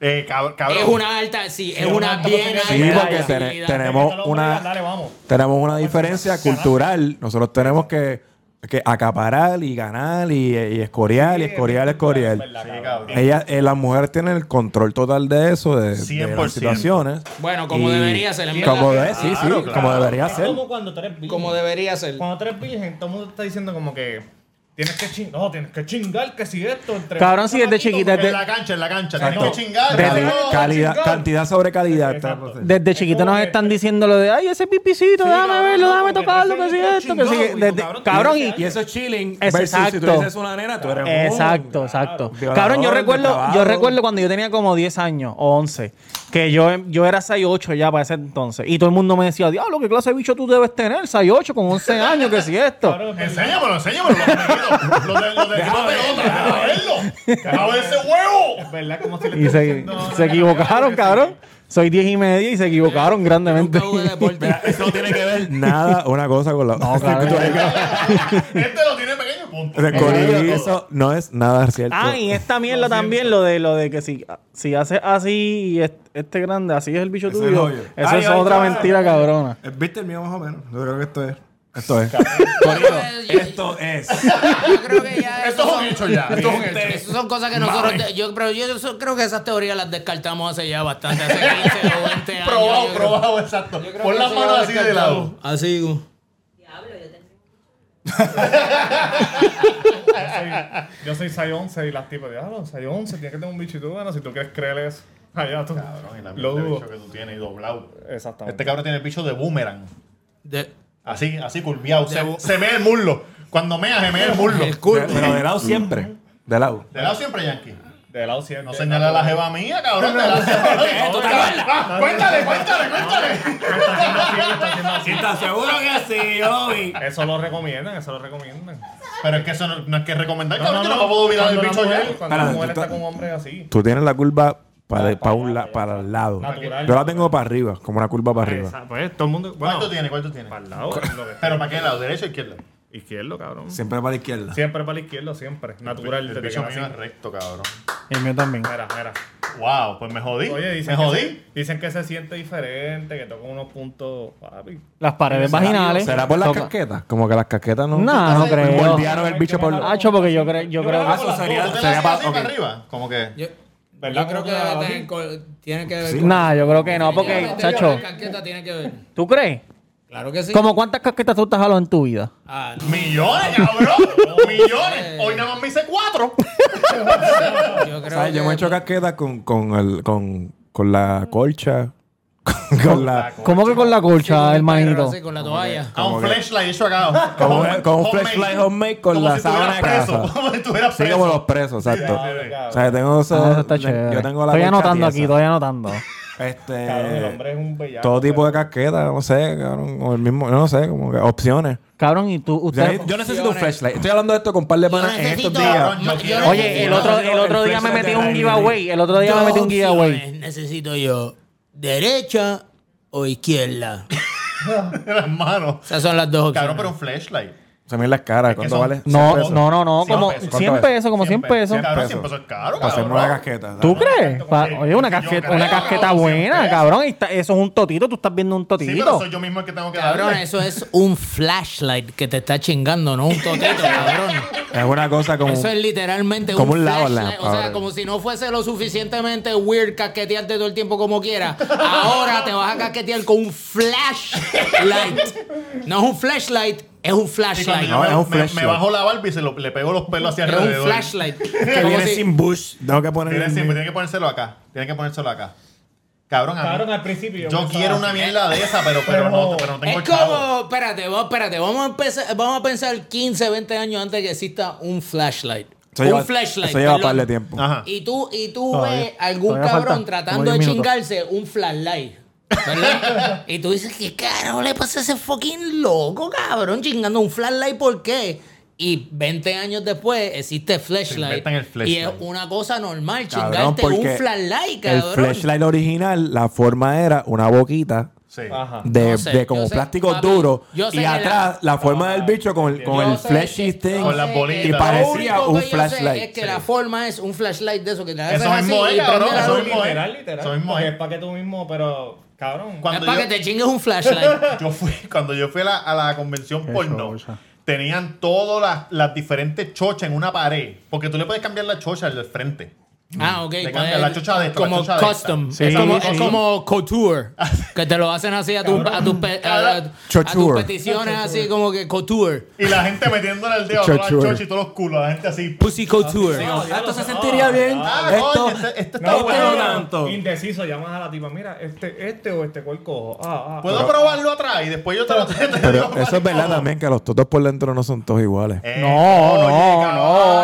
Eh, cab- cabrón.
Es una alta, sí, es
es una
una
alta
bien alta.
posibilidad.
Sí, porque
posibilidad.
tene- tenemos
Dale, vamos,
una,
dale, vamos.
tenemos una diferencia cultural. Nosotros tenemos que, que acaparar y ganar y, y escorial y escorial, escorial.
Sí, cabrón.
Ellas, eh, las mujeres tienen el control total de eso, de, de
100%.
las situaciones.
Bueno, como debería ser, en
Como,
verdad.
de- sí, sí,
Claro,
como
claro.
debería
Es
ser.
como cuando tú eres virgen.
Como debería ser.
Cuando tú eres virgen, todo el mundo te está diciendo como que tienes que chingar, no, tienes que chingar, que si esto... Entre
Cabrón, si desde
chamaquito,
chiquita,
En
desde,
la cancha, en la cancha.
Exacto.
Tienes que chingar.
Cali-
tienes que-
calidad,
chingar.
cantidad sobre calidad.
Exacto.
Está-
desde chiquita nos
como que-
están diciendo lo de, ay, ese pipicito, déjame
cabrón,
verlo,
no,
déjame
porque
tocarlo, que
entonces
si
eres
esto, que si.
chingón,
desde-
y tú,
Cabrón, y.
cabrón,
eso es chilling.
Es exacto.
una nena, tú eres un-
Exacto, exacto.
Violador,
Cabrón, yo recuerdo,
depravado.
yo recuerdo cuando yo tenía como 10 años o 11, que yo, yo era 6'8 ya para ese entonces, y todo el mundo me decía, diablo, ¿qué clase de bicho tú debes tener? 6'8 con 11 años, ¿qué si esto?
Cabrón, es verdad.
Enséñamelo, enséñamelo. Los amiguitos. Los de los de equipo de pelota. Déjame verlo. Déjame ver ese huevo.
Es verdad, como si le
Y
estás
se,
diciendo,
se equivocaron,
que sí.
cabrón. Soy 10 y media y se equivocaron grandemente.
Nunca jugué deporte.
Eso no tiene que ver nada una cosa con la otra.
claro.
Este lo tiene pequeño. punto.
El corillo, eso no es nada cierto.
Ah, y esta mierda también, lo de lo de que si, si haces así y est- este grande, así es el bicho
Ese es el
tuyo.
hoyo.
Eso
Ay,
es
ay,
otra
ay,
mentira
ay.
cabrona.
Eh, ¿Viste el mío más o menos? Yo creo que esto es. Esto es.
Yo- yo-
esto es.
yo creo que ya
Esto
eso
es
son-
un hecho ya. Esto es un hecho.
Esas son cosas que nosotros. Yo, pero yo so- creo que esas teorías las descartamos hace ya bastante, hace 15 o 20 años.
Probado,
yo creo.
probado, exacto.
Yo creo
Pon
que
las
eso
manos
ya
así de
descartamos.
lado.
Así, güey.
Yo soy 611 y las tipas de, ah, 611, tienes que tener un bicho y tú, bueno, si tú quieres creerle eso. Allá tú.
Cabrón, y la
Lo
mierda de bicho
dudo.
que tú tienes, doblado.
Exactamente.
Este cabrón tiene el bicho de boomerang.
De-
Así, así curviado. Se,
bu-
se ve el muslo. Cuando mea, se mea el muslo.
el
De-
culo.
pero de lado siempre. De lado.
Te lado siempre, Yankee.
De lado 100.
No señala la jeva mía, cabrón. Te la Ah, Cuéntale, cuéntale, cuéntale.
¿Estás seguro que sí, Obi?
Eso lo recomiendan, eso lo recomiendan.
Pero es que eso no, no es que recomendar, cabrón. Yo no me puedo mirar el
Cuando
bicho
una
ya.
mujer- Cuando una
Espérate,
mujer
tú
está
estás-
con un hombre así.
Tú tienes la curva para, para un la- para el lado.
Natural.
Yo la tengo para arriba, como una curva para arriba.
Esa- Pues todo el mundo. Bueno,
¿Cuánto tiene? ¿Cuánto tiene?
para el lado. lo que está.
Pero para qué lado, derecho o izquierdo.
Izquierdo, cabrón.
Siempre para la izquierda.
Siempre para la izquierda, siempre.
El
Natural. desde
bicho
que
mío
nací.
es recto, cabrón.
El mío también.
Mira, mira.
Wow, pues me jodí.
Oye,
me
dicen, que
jodí.
se, dicen que se siente diferente, que toca unos puntos. Papi.
Las paredes vaginales.
¿Será por las
Toca-
casquetas? Como que las casquetas no. Ah,
Nah, no creo.
Voltearon el bicho por
Hacho, porque yo, creo yo creo que.
Tú te
sería-
la haces
sería para-
así para
ok.
arriba. Como que.
Yo,
¿Verdad?
yo creo que
Como que
debe
así.
tener col- tiene que ver. con-
Nah, yo creo que no, porque,
Definitivamente
chacho,
La casqueta tiene que ver.
¿tú crees?
Claro que sí.
¿Como cuántas casquetas tú te has jalado en tu vida?
Ah, no.
Millones, cabrón.
Eh.
Millones. Hoy nada más me hice cuatro.
Yo creo
¿Sabes?
que-
Yo me he hecho casquetas con, con, el, con, con la colcha. Con, con la.
¿Cómo que con la
Sí, con
colcha,
el
hermanito?
perro, sí, con la toalla.
A un flashlight hecho acá.
Como un- como un flashlight homemade con
Como
la
si estuvieras
sábana de
preso,
casa.
Como si estuvieras
Sí,
preso.
como los presos, exacto. O sea, tengo esos-
Ah, eso está
yo-
chévere.
Yo tengo la
estoy
colcha
anotando aquí,
tiesa.
estoy anotando.
Este.
Cabrón, el hombre es un bellaco.
todo tipo de casquetas, no sé, cabrón. O el mismo, yo no sé, como que opciones.
Cabrón, y tú,
O sea,
usted.
yo necesito un flashlight. Estoy hablando de esto con un par de panas en estos
necesito-
días.
Yo
Yo
quiero-
Oye, el otro, el otro día me metí un giveaway. El otro día me
Dos
metí un giveaway.
opciones Necesito yo. ¿Derecha o izquierda?
las manos.
Esas son las dos opciones.
Cabrón, pero un flashlight.
Se me las caras. ¿Cuánto
son-
vale?
No,
Cien pesos.
no, no, no,
Cien
como
pesos.
100
¿Cuánto es?
pesos, como 100 pesos.
Cabrón,
pesos.
100 pesos es caro,
Para hacerme
cabrón.
una casqueta.
¿Tú
dale.
crees? Pa-
cien.
oye, una
Yo
casqueta,
creo,
una
cabrón,
casqueta
cien
buena,
pesos.
cabrón. y está- eso es un totito, tú estás viendo un
Sí, pero
totito.
soy yo mismo el que tengo que
Cabrón,
darle.
eso es un flashlight que te está chingando, no un totito, cabrón.
Es una cosa como.
Eso es literalmente
Eh, Como
un,
un lava
flashlight.
lamp,
o sea,
ahora.
como si no fuese lo suficientemente weird casquetearte todo el tiempo como quieras. Ahora te vas a casquetear con un flashlight. No es un flashlight, es un
Y cuando
flashlight.
yo
No, es un
me, me- me
flashlight.
bajo la barba y se lo- le pego los pelos hacia
Es un
alrededor.
flashlight.
que
Como
viene
si-
sin bush. Tengo que poner.
Tiene, sí, pues tiene que ponérselo acá. Tiene que ponérselo acá. Cabrón, a mí-
Cabrón, al principio.
Yo
pensaba
quiero una
así.
mierda de esa, pero, pero, no, pero no tengo
Es
el chavo.
como, espérate, vamos, espérate, vamos a, empezar, vamos a pensar 15, 20 años antes que exista un flashlight.
Eso
un
lleva-
flashlight.
Eso lleva
perdón.
par de tiempo.
Ajá.
Y tú, y tú
Todavía-
ves algún
todavía
cabrón
falta como
tratando
10
de
minutos.
chingarse un flashlight. ¿verdad? y tú dices, ¿qué carajo le pasa a ese fucking loco, cabrón? Chingando un flashlight, ¿por qué? Y 20 años después existe flashlight.
inventan el flashlight.
Y es una cosa normal
Cabrón,
chingarte
porque
un flashlight,
el
cabrón.
flashlight original, la forma era una boquita
Sí.
Ajá.
de,
Yo sé,
de como
yo sé,
plástico
papi,
duro
yo sé
y
que la-
atrás
Ah,
la, forma del bicho con, con
Yo
el
sé
fleshy
que-
thing.
yo
Con las
sé
bolitas.
que
Y
lo
parecía
único
un
que yo sé
flashlight.
Es que la forma es un flashlight de eso que te haces
Eso
así
mismo es,
y prende
cabrón,
la
eso
luz.
mismo es.
Literal, literal.
Eso mismo
porque
es.
es para que tú mismo, pero. Cabrón.
Cuando
Es para
yo-
que te chingues un flashlight.
Yo fui, cuando yo fui a la, a la convención porno, tenían todas las, las diferentes chochas en una pared. Porque tú le puedes cambiar la chocha al del frente.
Ah,
Mm.
ok.
Le
pues,
cambia la chocha de esta, la
Como
chocha de esta.
custom.
Sí,
es como,
sí.
es como couture. que te lo hacen así a, tu, a, tu pe- a- a- a tus
Choture.
peticiones, así como que couture.
Y la gente metiéndole el dedo a todas las
Chochura.
chochas y todos los culos. La gente así.
Pussy couture.
Esto se sentiría bien.
Ah,
Esto-
coño, este, este está
no,
bueno.
no tanto.
Indeciso, llamas a la tipa. Mira, este, este o este, ¿cuál cojo? Ah, ah.
Puedo probarlo atrás y después yo te lo te digo
Pero
cuál
eso es verdad
cojo.
también, que los totos por dentro no son todos iguales.
Eh,
No,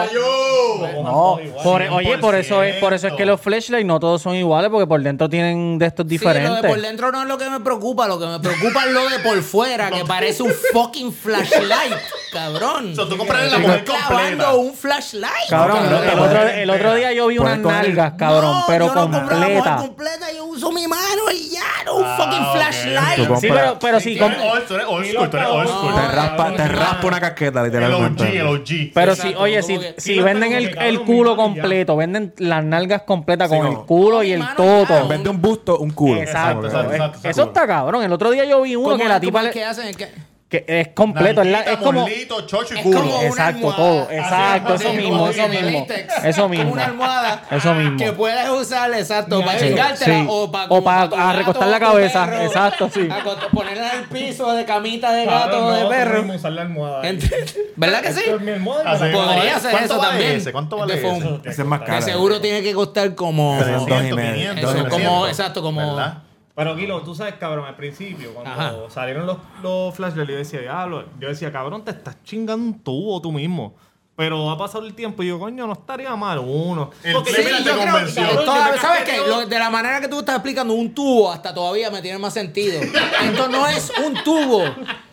no,
caballo.
No, por- e-, oye, por eso es,
100%.
por eso es que los flashlights no todos son iguales, porque por dentro tienen de estos
Sí, lo de por
diferentes.
dentro no es lo que me preocupa. Lo que me preocupa es lo de por fuera, que parece un fucking flashlight. Cabrón.
O sea, tú compras la mujer
Estás
completa.
clavando un flashlight.
Cabrón,
Cabrón,
el
no,
otro,
puedes-
el otro día yo vi
puedes
unas
coger-
nalgas, cabrón,
No,
pero
yo no compro la mujer
completa.
completa, yo uso mi mano y ya, no un fucking
Ah, ok.
Tú
flashlight.
compras-
Sí, pero, pero sí,
Tú
com-
eres old, tú eres old school, tú eres old school.
Te raspa, te raspa una casqueta,
El OG,
literalmente.
el OG.
pero
Exacto,
si, oye,
como
si,
que-
si
Y no está
venden
como
el,
que, cabrón,
el culo
mi mano,
completo, venden las nalgas completas
Sí,
con
no.
el culo y
Mi
el
mano,
toto.
En vez de un busto, un culo.
exacto,
Exacto. eh.
exacto, exacto.
Eso está cabrón. El otro día yo vi uno
¿Cómo
que
es?
la
¿Cómo
tipa
es
le-
que hacen? Es que-
que es completo. es la- es como
Mulito, chocho y
es
culo.
como una
Exacto,
almohada.
todo.
Así
Exacto,
es,
eso
así
mismo,
como
eso
de
mismo.
latex.
Eso mismo.
Una almohada.
Eso mismo.
Que puedes usar, exacto, para
Sí,
chingártela
sí.
o para...
O para a recostar la cabeza, exacto, sí.
Ponerla al piso de camita de gato o de perro.
usar la almohada.
Ent- ¿Verdad que sí?
Esto es mi almohada.
Así es.
Podría ser
¿Cuánto
eso
vale
también.
ese? ¿Cuánto vale
Este
ese?
phone.
Ese es más
Que
caro.
seguro tiene que costar como...
300,
Dos y medio,
500,
dos y medio.
300.
Exacto, como-
¿Verdad?
Pero, Kilo, tú sabes, cabrón, al principio, cuando
Ajá.
salieron los, los flashlights, yo decía, diablo, yo decía, cabrón, te estás chingando un tubo tú mismo. Pero ha pasado el tiempo y yo, coño, no estaría mal uno.
El
Porque
clima
sí,
te
yo creo-
convenció.
cabrón, yo
Toda-
me
¿Sabes
casqué
qué?
todo.
Lo- de la manera que tú estás explicando, un tubo hasta todavía me tiene más sentido. Esto no es un tubo.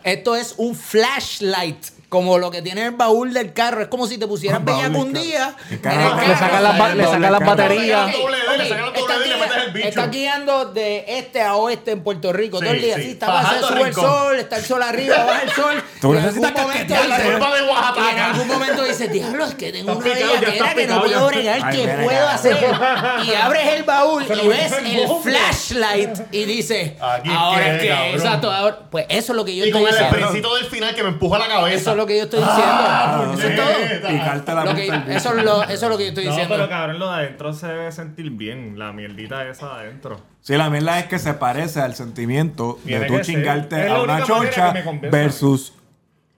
Esto es un flashlight. Como lo que tiene el baúl del carro. Es como si te pusieras
Un baúl
bellaco un
del
día.
El
en
carro.
el
Le
carro.
sacan las ba- le
Ok,
sacan las
ok,
baterías.
ok,
Le sacan los doble D, le
estás
sacan los doble D, le
guia-
metes el bicho.
Estás guiando de este a oeste en Puerto Rico todo
Sí,
el día.
sí.
Sí, está abajo,
Bajando
sube el
rincón.
sol, está el sol arriba, baja el sol.
Tú
Y
necesitas
casquetear la
dices-
selva de Oaxaca.
y en algún momento dices, diablo, es que tengo
Estás
una
picado, ya
bellaquera
estás
que no
picado, ya
puedo bregar.
Ay,
¿Qué
mira,
puedo
ya.
hacer? Y abres el baúl y
lo
ves
hizo el
el
bobo.
flashlight y dices,
Aquí
ahora es
quedé,
que,
cabrón.
exacto, ahora, pues eso es lo que yo
Y
estoy
con el
diciendo.
expresito del final que me empuja la
Eso
cabeza.
es lo que yo estoy diciendo.
Ah,
Ah,
eso es todo.
Picarte la
Lo
punta
que-
del bicho.
eso, es lo, eso es lo que yo estoy
No,
diciendo.
pero cabrón, lo de adentro se debe sentir bien, la mierdita esa de adentro.
Sí, la mierda es que se parece al sentimiento
Tiene
de tú
que ser.
chingarte
Es la
a una
única manera
chocha
que me convence.
versus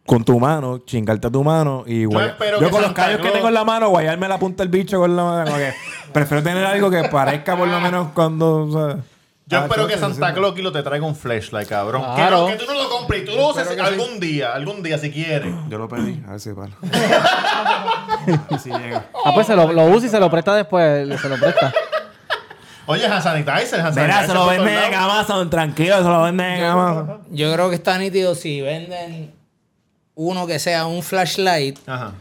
con tu mano, chingarte a tu mano y guay-
espero
Yo
que
con los
Santa
callos que
Claus-
tengo en la mano, guayarme la punta del bicho con la mano. como que prefiero tener algo que parezca por lo menos cuando. o sea,
Yo
ah,
espero que
chocha,
Santa
sí.
Claus Kilo te traiga un flashlight, cabrón.
Claro.
Que, que tú no lo compres y tú lo uses algún día, algún día si quieres.
Yo lo pedí, a ver si palo. si llega.
Ah, pues se lo, lo usa y se lo presta después. le- Se lo presta.
Oye, hand sanitizer, hand sanitizer.
Verá, se
por
lo
todos
venden en
lados.
Amazon, tranquilo, se lo venden en Amazon.
Yo creo que está nítido si venden uno que sea un flashlight
Ajá.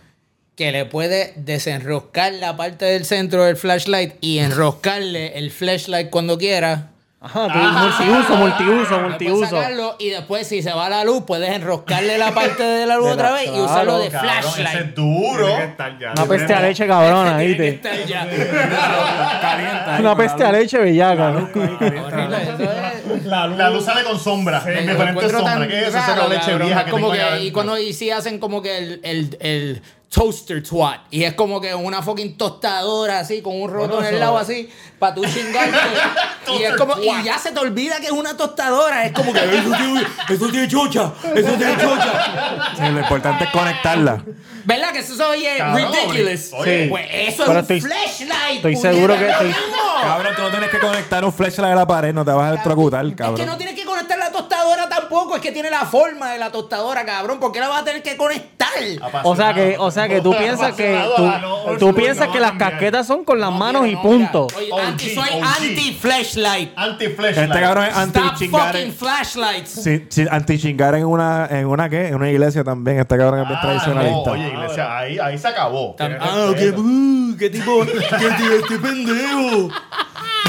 que le puede desenroscar la parte del centro del flashlight y enroscarle el flashlight cuando quiera.
Ajá, tú, Ah, multiuso, multiuso,
Puedes
multiuso.
pues sacarlo y después si se va la luz puedes enroscarle la parte de la luz
De la-
otra vez y
claro,
usarlo de
Cabrón, ese
flashlight.
es duro.
Tiene que estar ya.
Una peste a leche cabrona, ¿viste?
Está ya.
Calienta. ahí
Una
con la
peste a
luz.
leche bellaca. ¿no?
Horrible, eso es-
La luz.
La luz sale con sombra. en
Me
diferentes
encuentro tan
sombras. ¿Qué es eso? Esa es
raro,
la leche
cabrón.
vieja
Es
que
como
tengo
que-
ahí adentro.
Y cuando y sí hacen como que el, el, el toaster twat. Y es como que una fucking tostadora así, con un roto en el lado así, para tú chingarte. y es como, y ya se te olvida que es una tostadora. Es como que eso tiene, eso tiene chocha, eso tiene chocha.
Sí, lo importante es conectarla.
¿Verdad que eso se oye
Cabrón,
ridiculous?
oye.
Pues eso
Pero
es
estoy-
un flashlight.
estoy
puñeta,
seguro que-
es lo
estoy-
mismo.
Cabrón, tú no tienes que conectar un flashlight a la pared, no te vas a electrocutar,
Es que no
cabrón. Este
tienes que conectar la tostadora tampoco, es que tiene la forma de la tostadora, cabrón. ¿Por qué la vas a tener que conectar?
O sea que, o sea que tú piensas que tú, tú piensas que las casquetas son con las manos y punto.
Oye,
OG,
anti, soy
OG.
anti-flashlight.
Anti-flashlight.
Este cabrón es
Stop
anti-chingar.
fucking flashlights.
Sí, sí, anti-chingar en una, en una qué, en una iglesia también. Este cabrón es bien
Ah,
tradicionalista.
no, oye, iglesia, ahí, ahí se acabó.
Ah, qué, uh, qué tipo, qué tipo, este pendejo.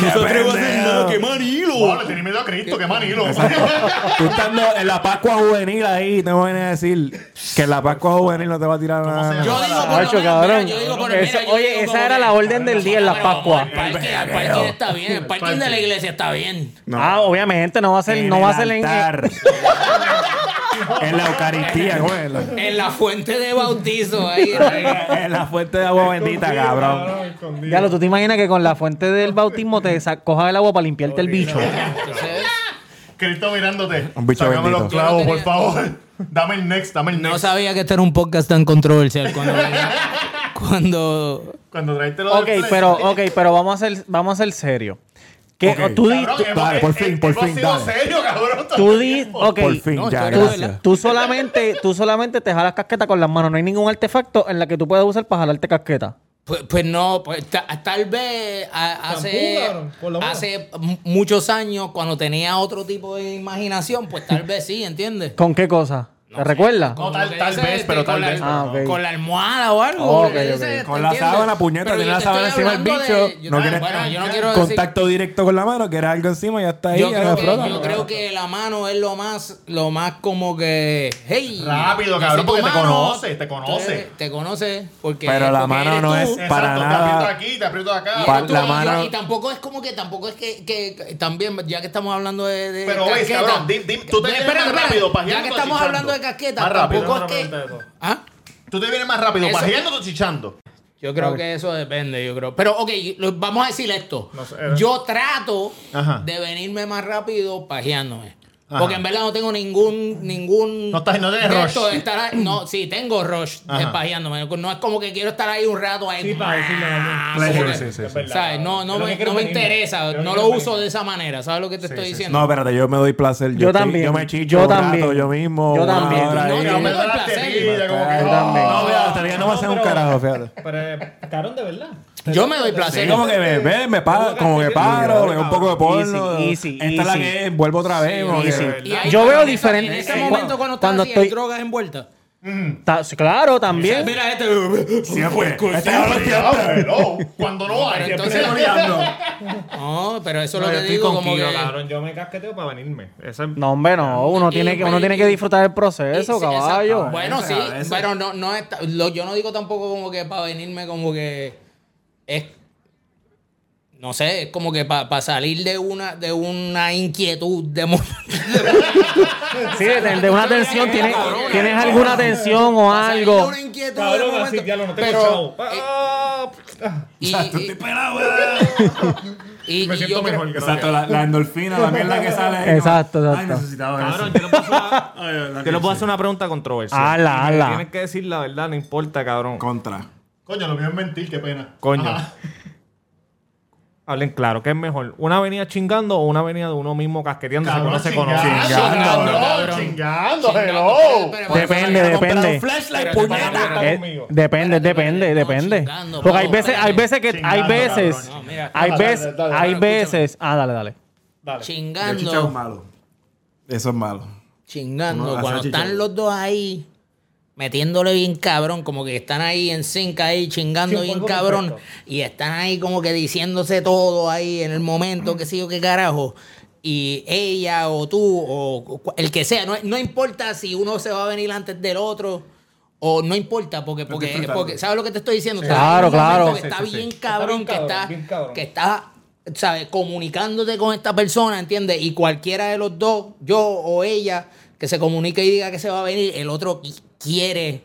No se atreve a hacer nada, qué
Wow,
manilo.
le tenía miedo a Cristo, qué manilo.
Tú estando en la Pascua Juvenil ahí, te van a decir que en la Pascua Juvenil no te va a tirar
se llama?
nada.
Yo digo por
Hacho,
lo menos, mira,
cabrón.
yo digo por lo
Eso-
menos, yo digo
oye,
como
esa era
que-
la orden del día en las Pascuas.
El parque, el parking está bien, el parking de la iglesia está bien.
Ah, obviamente no va a ser,
En
no
el
va a ser en,
altar. En la Eucaristía, güey. en la-
En la fuente de bautizo ahí. ahí.
En la fuente de agua bendita, cabrón.
escondido.
Ya lo, tú te imaginas que con la fuente del bautismo te sa- coja el agua para limpiarte el bicho.
Entonces,
Cristo mirándote.
Un bicho
Sácame
bendito.
los clavos, por favor. Dame el next, dame el
no
next.
sabía que este era un podcast tan controversial cuando cuando
Cuando traiste lo
Ok,
del eh,
pero, oh,
flash.
ok, pero vamos a ser, vamos a ser serios. Que
Ok.
tú, di-
Cabrón,
tú-
hemos-
Dale, por
el-
fin,
el
por
tipo ha
fin,
sido
dale.
serio, cabrón. todo
tú
el
di-
tiempo.
ok,
Por fin,
No,
ya,
esto es
gracias.
verdad.
Tú solamente, tú solamente te jalas casqueta con las manos. No hay ningún artefacto en la que tú puedas usar para jalarte casqueta.
Pues, pues no, pues ta- tal vez a- hace,
cabrón, por lo menos.
hace m- muchos años, cuando tenía otro tipo de imaginación, pues tal vez sí, ¿entiendes?
¿Con qué cosa? ¿Te recuerdas?
Como
tal-
que
tal
dice,
vez,
este,
pero
con
tal
la-
vez,
pero no.
Con la almohada o algo.
Ok,
porque
ok.
dice, ¿te
Con la
entiendes?
sábana, puñeta,
Pero
tiene
yo
la
te
sábana
estoy
encima del
hablando de-
bicho.
yo-
no quiere-
bueno, yo no quiero decir-
Contacto directo con la mano, que era algo encima y ya está ahí.
Yo
ya
creo, que,
flota.
yo creo que la mano es lo más, lo más como que. Hey,
Rápido, cabrón,
necesito
porque te
mano.
conoce, te conoce.
Te, te conoce. Porque,
Pero la
porque
mano
eres
no
tú.
es-
Y eres
Para
Exacto,
nada.
Te aprieto aquí, te aprieto acá.
Pa-
tú,
la
y-
mano-
Y tampoco es como que tampoco es que, que, que- también, ya que estamos hablando de. de
Pero, ves,
casqueta,
cabrón, di- di- tú te vienes
espérate,
más
espérate,
rápido,
Ya
pajeando
que
o
estamos
chichando.
hablando de casqueta,
Más rápido,
tampoco
más
es que.
rápido.
¿Ah?
Tú te vienes más rápido,
Eso-
pajeando o chichando.
Yo creo que eso depende, yo creo. Pero, ok, lo- vamos a decir esto.
sé, eh.
yo trato
Ajá.
de venirme más rápido pajeándome.
Ajá.
Porque en verdad no tengo ningún... ningún
No estás- no tienes
de esto
rush.
de estar ahí- no, sí, tengo rush de
Ajá.
pajeándome. No es como que quiero estar ahí un rato ahí.
Sí, para decirle a
como
alguien.
que-
Pleasure, sí, sí, sí.
¿Sabes? No, no,
Yo lo que
me,
quiero
no me
es venirme.
interesa.
Yo
No
lo que
lo
quiero es
uso
venirme.
de esa manera. ¿Sabes lo que te estoy diciendo?
No, espérate, yo me doy placer. Yo,
Yo
estoy-
también.
yo me chicho
Yo
un rato
también.
yo mismo.
Yo
una
también.
hora
No,
ahí.
yo me
Pero
doy
las
placer.
tetillas, como que, oh,
Ay,
no,
también.
No, fíjate, hasta que no me hace un carajo, fíjate.
Pero, eh, cabrón, de verdad.
Yo me doy
Sí,
placer.
como que me, ve, me paro, como que paro, veo un poco de porno.
Easy, easy,
Esta es la
easy.
que es, vuelvo otra vez. como que-
easy.
Y ahí,
Yo
pero
veo
en esa-
diferente-
En ese
eh,
momento
cuando-
cuando,
cuando
estás así, hay
estoy-
drogas envueltas.
Ta- Claro, también.
Mira este...
Sí, fue. Esta es la
cuidado, hello. Cuando no hay.
Pero entonces- No, pero eso es lo
yo
que
estoy
digo. Como
contigo,
que...
cabrón. Yo me casqueteo para venirme. Esa es-
No, hombre, no. Uno
Y-
tiene
y-
que, uno tiene que disfrutar el proceso,
Sí,
caballo.
exacto. Bueno, sí,
A veces.
pero no, no es, ta- lo- yo no digo tampoco como que para venirme como que es no sé, es como que para salir de una de una inquietud de mo-
Sí, de, de una tensión. ¿tienes,
Cabrón,
¿tienes
cabrón.
alguna tensión o
pa' salir de
algo?
una inquietud de
Cabrón,
este momento.
así, diablo, no tengo
Pero,
chavo.
eh,
Ah,
y-
estoy
y-
pelado,
y-
me
y
siento
yo creo-
mejor. gracias.
Exacto, la, la endorfina, la mierda que sale. ahí, como,
Exacto, exacto.
Ay, necesitaba eso.
Cabrón, yo le puedo hacer-
Ay, verdad
yo
que
le puedo
sí.
hacer una pregunta controversial.
Ala,
Y me
ala.
Tienes que decir la verdad, no importa, cabrón.
Contra.
Ah,
Coño, lo mío es mentir, qué pena.
Coño.
Ajá.
Hablen claro, ¿qué es mejor? ¿Una avenida chingando o una avenida de uno mismo casqueteando que no se conoce?
Chingando,
Chingando,
cabrón,
cabrón.
chingando,
Chingando,
hello.
pero- pero-
Depende,
Comprar un
depende.
flashlight,
Pero-
puñeta.
pero-
Eh,
conmigo.
depende,
Espérate,
depende,
espérate, no,
depende.
chingando,
Porque hay
vamos,
veces, hay
espérate.
veces que, hay
Chingando,
veces,
cabrón.
No, mira,
hay
dale,
veces,
dale, dale,
hay
escúchame.
veces. Ah, dale, dale.
El
chingando,
chichao es malo. Eso es malo. Uno
chingando,
hace
cuando
chichao.
están los dos ahí metiéndole bien cabrón, como que están ahí en cinca ahí chingando
Sí,
bien
polvo
cabrón
perfecto.
y están ahí como que diciéndose todo ahí en el momento, qué sé yo, qué carajo. Y ella o tú o cu- el que sea, no, no importa si uno se va a venir antes del otro o no importa porque porque,
disfrutando.
porque sabes lo que te estoy diciendo,
Claro,
en un momento
claro.
que está
Sí, sí, sí.
bien
Está
cabrón,
bien
que
cabrón,
está
bien cabrón.
que está ¿sabes? comunicándote con esta persona, ¿entiendes? Y cualquiera de los dos, yo o ella, que se comunique y diga que se va a venir, el otro qui- quiere.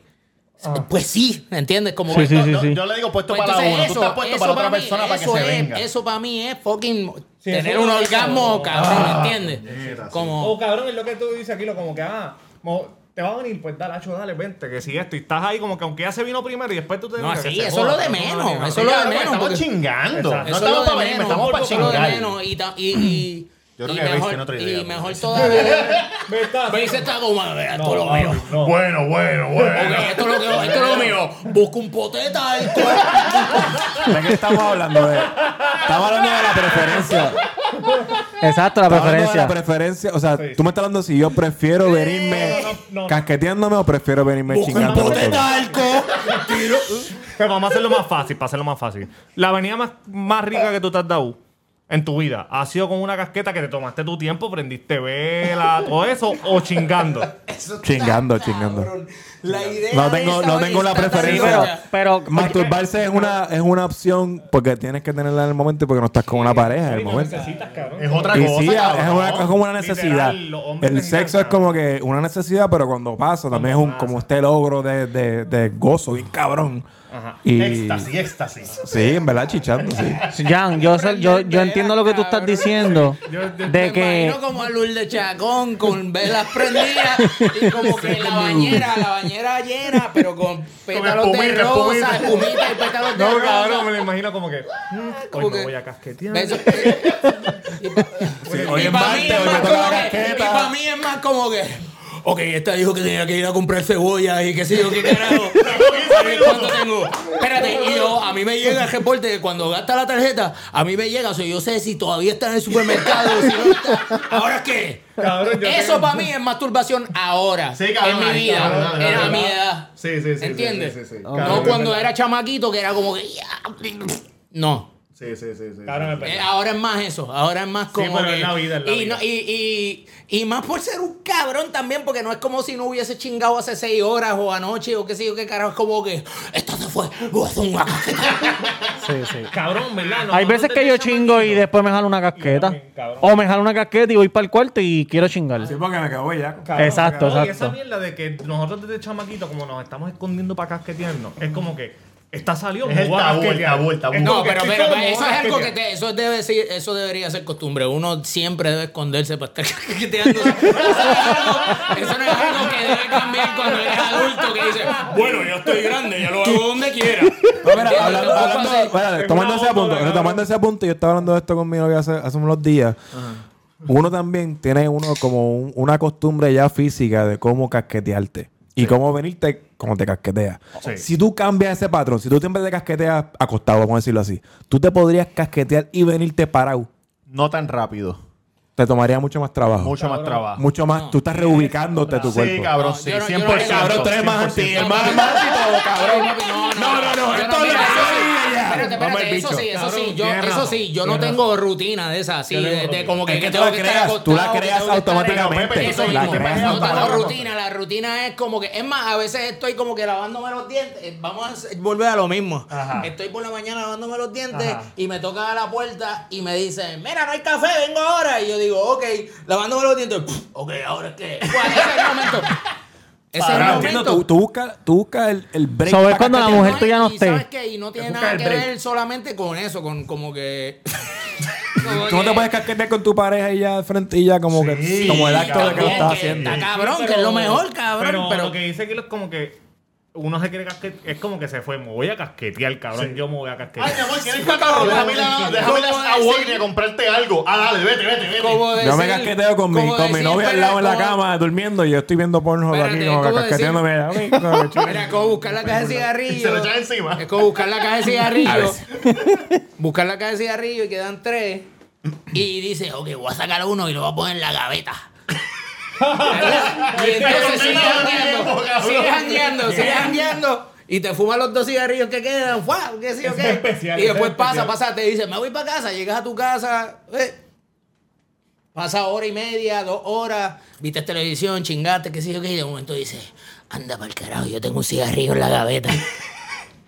Pues sí, ¿entiendes? Como
Sí,
que-
sí, sí,
Yo,
sí.
yo le digo Ah. puesto
Pues
para
entonces
uno, tú
eso-
estás puesto
eso
para otra
mí-
persona para que
eso
se
es-
venga.
Eso para mí es fucking
Sí,
tener
eso
un
es-
orgasmo, cabrón, ¿entiendes?
mierda, Ah, sí. Oh,
Como
O cabrón, es lo que tú dices aquí, lo como que, ah, mo- te va a venir, pues dale, hacho, dale, vente, que si esto. Y estás ahí como que aunque ya se vino primero y después tú te
No,
digas que
sí,
se
eso es lo de
cabrón,
menos,
no, no, no,
eso
Sí,
es lo de
cabrón,
menos,
Estamos
porque-
chingando. No
Exacto.
Eso es lo
estamos
de
para venir,
menos,
estamos para
eso es lo de
chingar.
menos, y ta- y- y-
Yo creo
y
que Bass
mejor,
tiene otra idea,
y
porque-
mejor todavía.
Ve, está-
Bass está como, "Mira, esto lo
No,
veo.
no.
Bueno, bueno,
Ok,
bueno.
esto es lo que esto es lo mío. Busca un poteta alto.
¿De qué estamos hablando? De... Estamos hablando de la preferencia.
Exacto, la
Estamos hablando de
preferencia.
la preferencia. O sea, tú me estás hablando si yo prefiero venirme
No, no, no, no.
casqueteándome o prefiero venirme
Busca un
chingando. por todo.
poteta alto.
Pero vamos a hacerlo más fácil, para hacerlo más fácil. La avenida más, más rica que tú te has dado en tu vida, ¿ha sido con una casqueta que te tomaste tu tiempo, prendiste vela, todo eso, o chingando?
Chingando, chingando.
La idea
No
de
tengo-
esa
no tengo la
está tan
Sí,
preferencia.
pero,
loca.
pero
Masturbarse es una, es una opción porque tienes que tenerla en el momento porque no estás con una pareja en el
Sí, lo
momento.
necesitas, cabrón.
Es otra
Y
cosa.
sí, es,
cabrón.
una, es como una necesidad.
Literal, los hombres
el
les
sexo es
encanta.
como que una necesidad, pero cuando pasa también es un, como este logro de, de, de gozo bien cabrón. Y,
Éxtasis, éxtasis.
sí, en verdad, chichando, sí.
Jan, yo, sé- yo, yo entiendo lo que tú estás
Cabrón.
diciendo. De
Me
que
imagino como a Lul de Chacón con velas prendidas y como que la bañera, la bañera llena, pero con pétalos de
espumita,
rosa,
espumita.
espumita y pétalos de
No,
rosa.
cabrón, me lo imagino como que. mm,
Como
Hoy
que-
me voy a casquetear.
Besos. Y pa-
hoy
y
es
pa'
martes,
mí es
hoy me toca la
más como que-
casqueta.
Y para mí es más como que. ok, esta dijo que tenía que ir a comprar cebolla y qué sé yo, qué carajo. Ay, ¿Cuánto tengo? Espérate, y yo, a mí me llega el reporte que cuando gasta la tarjeta, a mí me llega, o sea, yo sé si todavía está en el supermercado, si no está. ¿Ahora qué?
Cabrón, yo
Eso
tengo-
para mí es masturbación ahora,
Sí, cabrón,
en mi
ahí,
vida,
cabrón,
en
cabrón,
a
cabrón.
mi edad.
Sí, sí, sí, sí.
¿Entiendes?
sí, sí, sí.
No
Cabrón,
cuando
es
era chamaquito que era como que... No.
Sí, sí, sí. sí.
Cabrón, es
Eh,
verdad.
ahora es más eso, ahora es más como.
pero es
que-
la vida, es la
y,
vida.
no- y, y, y más por ser un cabrón también, porque no es como si no hubiese chingado hace seis horas o anoche o qué sé yo qué carajo. Es como que esto se fue. voy a hacer una casqueta".
Sí, sí.
Cabrón, ¿verdad?
Hay veces que yo chingo y después me jalo una casqueta.
también, cabrón.
O me jalo una casqueta y voy para el cuarto y quiero chingar.
Sí, porque me acabo ya.
Exacto,
Y
exacto.
esa mierda de que nosotros desde chamaquito, como nos estamos escondiendo para casquetearnos, es como que está salió.
Es
me
el
voy a
tabú, el
casquetear.
tabú, el tabú.
Es como
No,
que
pero,
estoy
pero,
solo, me
eso
voy
es
a
algo que
casquetear.
te- eso debe ser, eso debería ser costumbre. Uno siempre debe esconderse para estar casqueteándose. Eso no es algo- Eso no es algo que debe cambiar cuando eres adulto que dice, bueno, ya estoy grande, ya lo hago donde quiera.
Pero mira,
¿Entiendes?
hablando,
Tampoco
hablando-
así.
espérate,
Es
tomando
una
ese
bomba,
punto,
cabrón.
tomando ese punto, yo estaba hablando de esto con mi novia hace, hace unos días. Uno también tiene uno como un- una costumbre ya física de cómo casquetearte. Y cómo venirte como te casqueteas.
Sí.
Si tú cambias ese patrón, si tú siempre te casqueteas acostado, vamos a decirlo así, tú te podrías casquetear y venirte parado.
No tan rápido.
Te tomaría mucho más trabajo. Mucho,
Mucho más trabajo.
más. Tú estás reubicándote tu cuerpo.
Sí, cabrón,
No,
sí.
yo no- yo no-
100%.
cabrón, tú eres
más anti, el más- el más
todo, cabrón. No, no, no,
esto
mira,
no es
eso sí.
vida ya.
Espérate,
Vamos
espérate,
al
eso
bicho.
sí, eso sí,
Cabrón,
yo,
tienes
eso
razón,
sí, yo no
tienes
tengo rutina de esas así, de, de como que,
Es que tú
tengo
la
estar
creas, tú la
acostado, que
creas
tengo que estar-
automáticamente.
Eso
La
mismo,
creas
no tengo
automáticamente.
rutina, la rutina es como que, es más, a veces estoy como que lavándome los dientes, eh, vamos a hacer- volver a lo mismo, estoy por la mañana lavándome los dientes y me toca a la puerta y me dicen, mira, no hay café, vengo ahora, y yo digo, ok, lavándome los dientes, pff, ok, ahora es que, Bueno, ese es el momento. Ese es el
Ahora, entiendo,
momento.
tú, tú buscas tú buscas el, el break.
So, es
para
cuando la
casquetear.
mujer tuya no
y
esté.
¿sabes qué? Y no tiene nada que ver solamente con eso, con como que. como
Tú no te
que-
puedes casquetear con tu pareja y ya de frente y ya como que como el acto de que lo
También
estás
que
haciendo.
Está cabrón,
Sí,
que es lo
pero-
mejor, cabrón. Pero,
Pero, lo que dice Kilo es como que uno se quiere casquetear. Es como que se fue. Me voy a casquetear, cabrón. Yo me voy a casquetear.
Ay, mi amor, ¿quieres catarro? Déjame ir a- déjame ir a Walgreens a comprarte algo. Ah, dale, vete, vete, vete.
como decir,
Yo me casqueteo con mi,
como
con mi
decir,
novia al
espera,
lado en la
como-
cama durmiendo y yo estoy viendo porno
Espérate,
aquí como que
¿cómo decir?
casqueteándome. A mí, como que-
Mira, como buscar la caja
Y se
de
lo
cigarrillos.
echas encima.
Es como buscar la caja de cigarrillos. buscar la caja de cigarrillos y quedan tres. Y dice, ok, voy a sacar uno y lo voy a poner en la gaveta. y entonces sigues jangueando, sigues jangueando, sigues jangueando. Y te fumas los dos cigarrillos que quedan, ¡guau! ¿Qué sé yo
Eso
qué?
es especial,
y
eso es
después pasa,
especial.
pasa, te dice, me voy para casa, llegas a tu casa, eh, pasa hora y media, dos horas, viste televisión, chingaste, qué sé yo qué, y de momento dice, anda para el carajo, yo tengo un cigarrillo en la gaveta.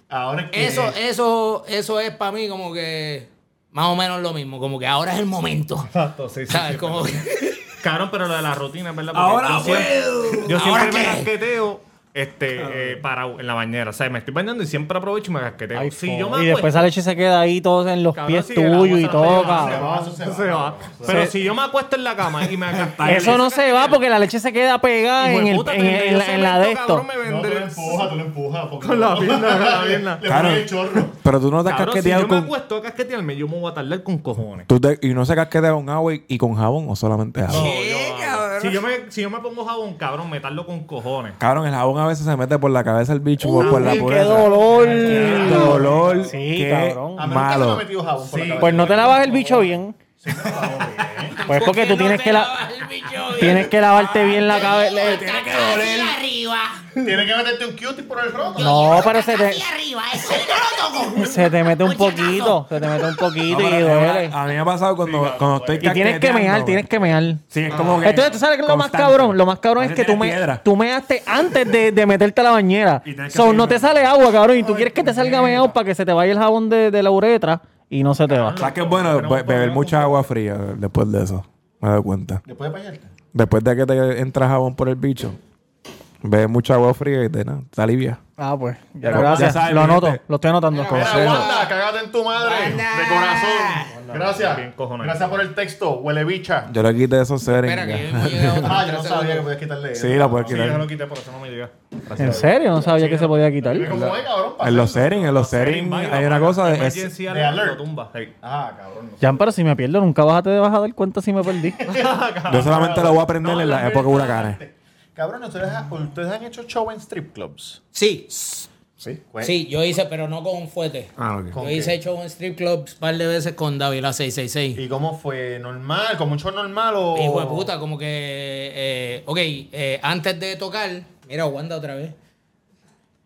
Ahora es que...
Eso,
Eh,
eso, eso es para mí como que más o menos lo mismo, como que ahora es el momento.
Exacto, sí, sí.
¿Sabes?
sí.
Como que-
Cabrón, pero lo de la rutina, ¿verdad?
Ahora
yo siempre, yo
¿Ahora
siempre me
qué?
casqueteo este, eh, parado en la bañera. O sea, me estoy bañando y siempre aprovecho y me casqueteo.
Ay,
si
po.
yo me
y después
acuesto-
la leche se queda ahí todos en los
Cabrón,
pies
si el agua
tuyos
se
y
la
todo,
lleva, se
cabrón.
va,
Eso se va,
se va. Pero si yo me acuesto en la cama y me casqueteo.
Ah, Eso no se va porque la leche se queda pegada
Hijo
en,
de
el,
puta,
en, en- en la, en la de esto.
cabrón, me
No, tú
vendré-
lo empujas, tú lo empujas. porque-
Con la pierna, con la
Le-
pierna.
Le
Claro.
pones el chorro.
Pero tú no te has
Cabrón, si
casqueteado
yo me
con...
acuesto a casquetearme, yo me voy a tardar con cojones.
tú te- y no se casquetea con agua y, y con jabón o solamente agua.
¿Qué, cabrón?
Si yo, me, si yo me pongo jabón, cabrón, me tardo con cojones.
Cabrón, el jabón a veces se mete por la cabeza el bicho por- por la
Uy, qué
pureza.
dolor.
Qué dolor.
Sí,
qué
cabrón.
A mí nunca me ha
Malo.
metido jabón por la
Sí.
cabeza.
Pues no te lavas el bicho bien. Pues porque tú
no
tienes
te
que la-
lavas el bicho bien?
tienes que lavarte bien la cabeza.
Está casi arriba.
Pues-
Tienes que meterte un cutie por el roto.
No, pero se te,
Casi arriba. Eso no lo toco.
se te mete un
Por si acaso.
poquito. Se te mete un poquito
No,
y
pero a, mí
duele.
me ha- a mí me ha pasado cuando, cuando estoy
Y tienes que mear, tienes que mear.
Sí, es como que...
Entonces, ¿tú sabes qué es lo más
constante.
cabrón? Lo más cabrón es
Así
que tú,
tienes
me,
piedra.
tú measte antes de, de meterte a la bañera.
Y tienes que
So, no
seguir-
te sale agua, cabrón, y tú quieres que te salga meado para que se te vaya el jabón de, de la uretra y no se te va.
¿Sabes qué es bueno? Be- beber mucha agua fría eh, después de eso. Me doy cuenta.
Después de bañarte.
Después de que te entra jabón por el bicho, bebes mucha agua fría y te, nada, te alivia.
Ah, pues.
Ya- ya
gracias.
sabes,
lo
mi
anoto.
gente.
Lo estoy anotando.
Mira,
Consejo.
Wanda, cágate en tu madre.
Wanda.
De corazón. Gracias.
Bien cojonado.
Gracias por el texto. Huele bicha.
Yo le quité esos seres.
Espera,
ya.
que yo llegué a otro.
Ah, yo no sabía que podías quitarle.
Sí, la puedes
Sí, yo
quitar.
lo quité, por eso no me llega.
¿En serio? No sabía que se podía quitar.
¿Cómo es, cabrón?
En los settings, en los settings hay una cosa de... es-
Emergency
de
alert,
alert.
lo tumba. Sí.
Ah, cabrón. no.
Jan, pero si me pierdo, nunca bájate de bajar del cuenta si me perdí.
Ah,
yo solamente lo voy a aprender en la época de huracanes.
Cabrón, ¿ustedes, ha- ustedes han hecho show en strip clubs.
Sí,
Sí.
Pues-
sí, yo hice, pero no con un fuete.
Ah, ok.
Yo
¿Con
hice show en strip clubs un par de veces con Davila 666.
¿Y cómo fue? ¿Normal? ¿Con mucho normal o...?
Hijo de
oh.
puta, como que. eh, ok, eh, antes de tocar. Mira, Wanda otra vez.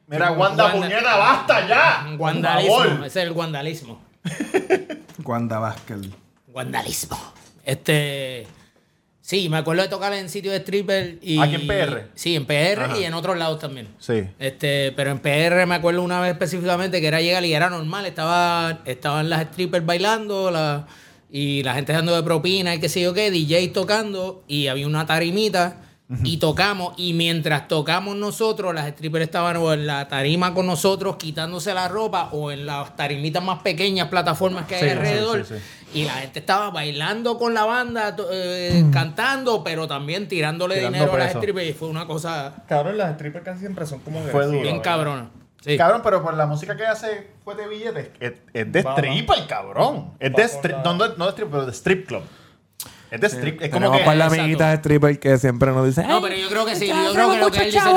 Mira, Wanda,
Wanda.
puñeta, basta ya. Por
Guandalismo.
favor.
Ese es el guandalismo.
Wanda Vázquez.
Guandalismo. Este. Sí, me acuerdo de tocar en sitio de stripper. Y,
¿Aquí en PR?
Sí, en PR y en otros lados también.
Sí.
Este, pero en PR me acuerdo una vez específicamente que era llegar y era normal. Estaba, estaban las strippers bailando la- y la gente dando de propina y qué sé yo qué, DJ tocando y había una tarimita y tocamos. Y mientras tocamos nosotros, las strippers estaban o en la tarima con nosotros quitándose la ropa o en las tarimitas más pequeñas, plataformas que hay
Sí, sí,
alrededor.
sí, sí.
Y la gente estaba bailando con la banda, to- eh, cantando, pero también tirándole
Tirando
dinero a las
preso.
strippers. Y fue una cosa
Cabrón, las strippers casi siempre son como
Fue duro.
bien cabrona. Sí.
Cabrón, pero por la música que hace fue de billetes. Es, es de
Va, va.
stripper, cabrón. Es de
Va por
strip,
la-
no, no, no de strip, pero de strip club. Es de strip, es como
Tenemos
que
para las
Exacto.
amiguitas stripper que siempre nos dicen. "Ah,
No, pero yo creo que sí. Yo creo que lo que él dice no,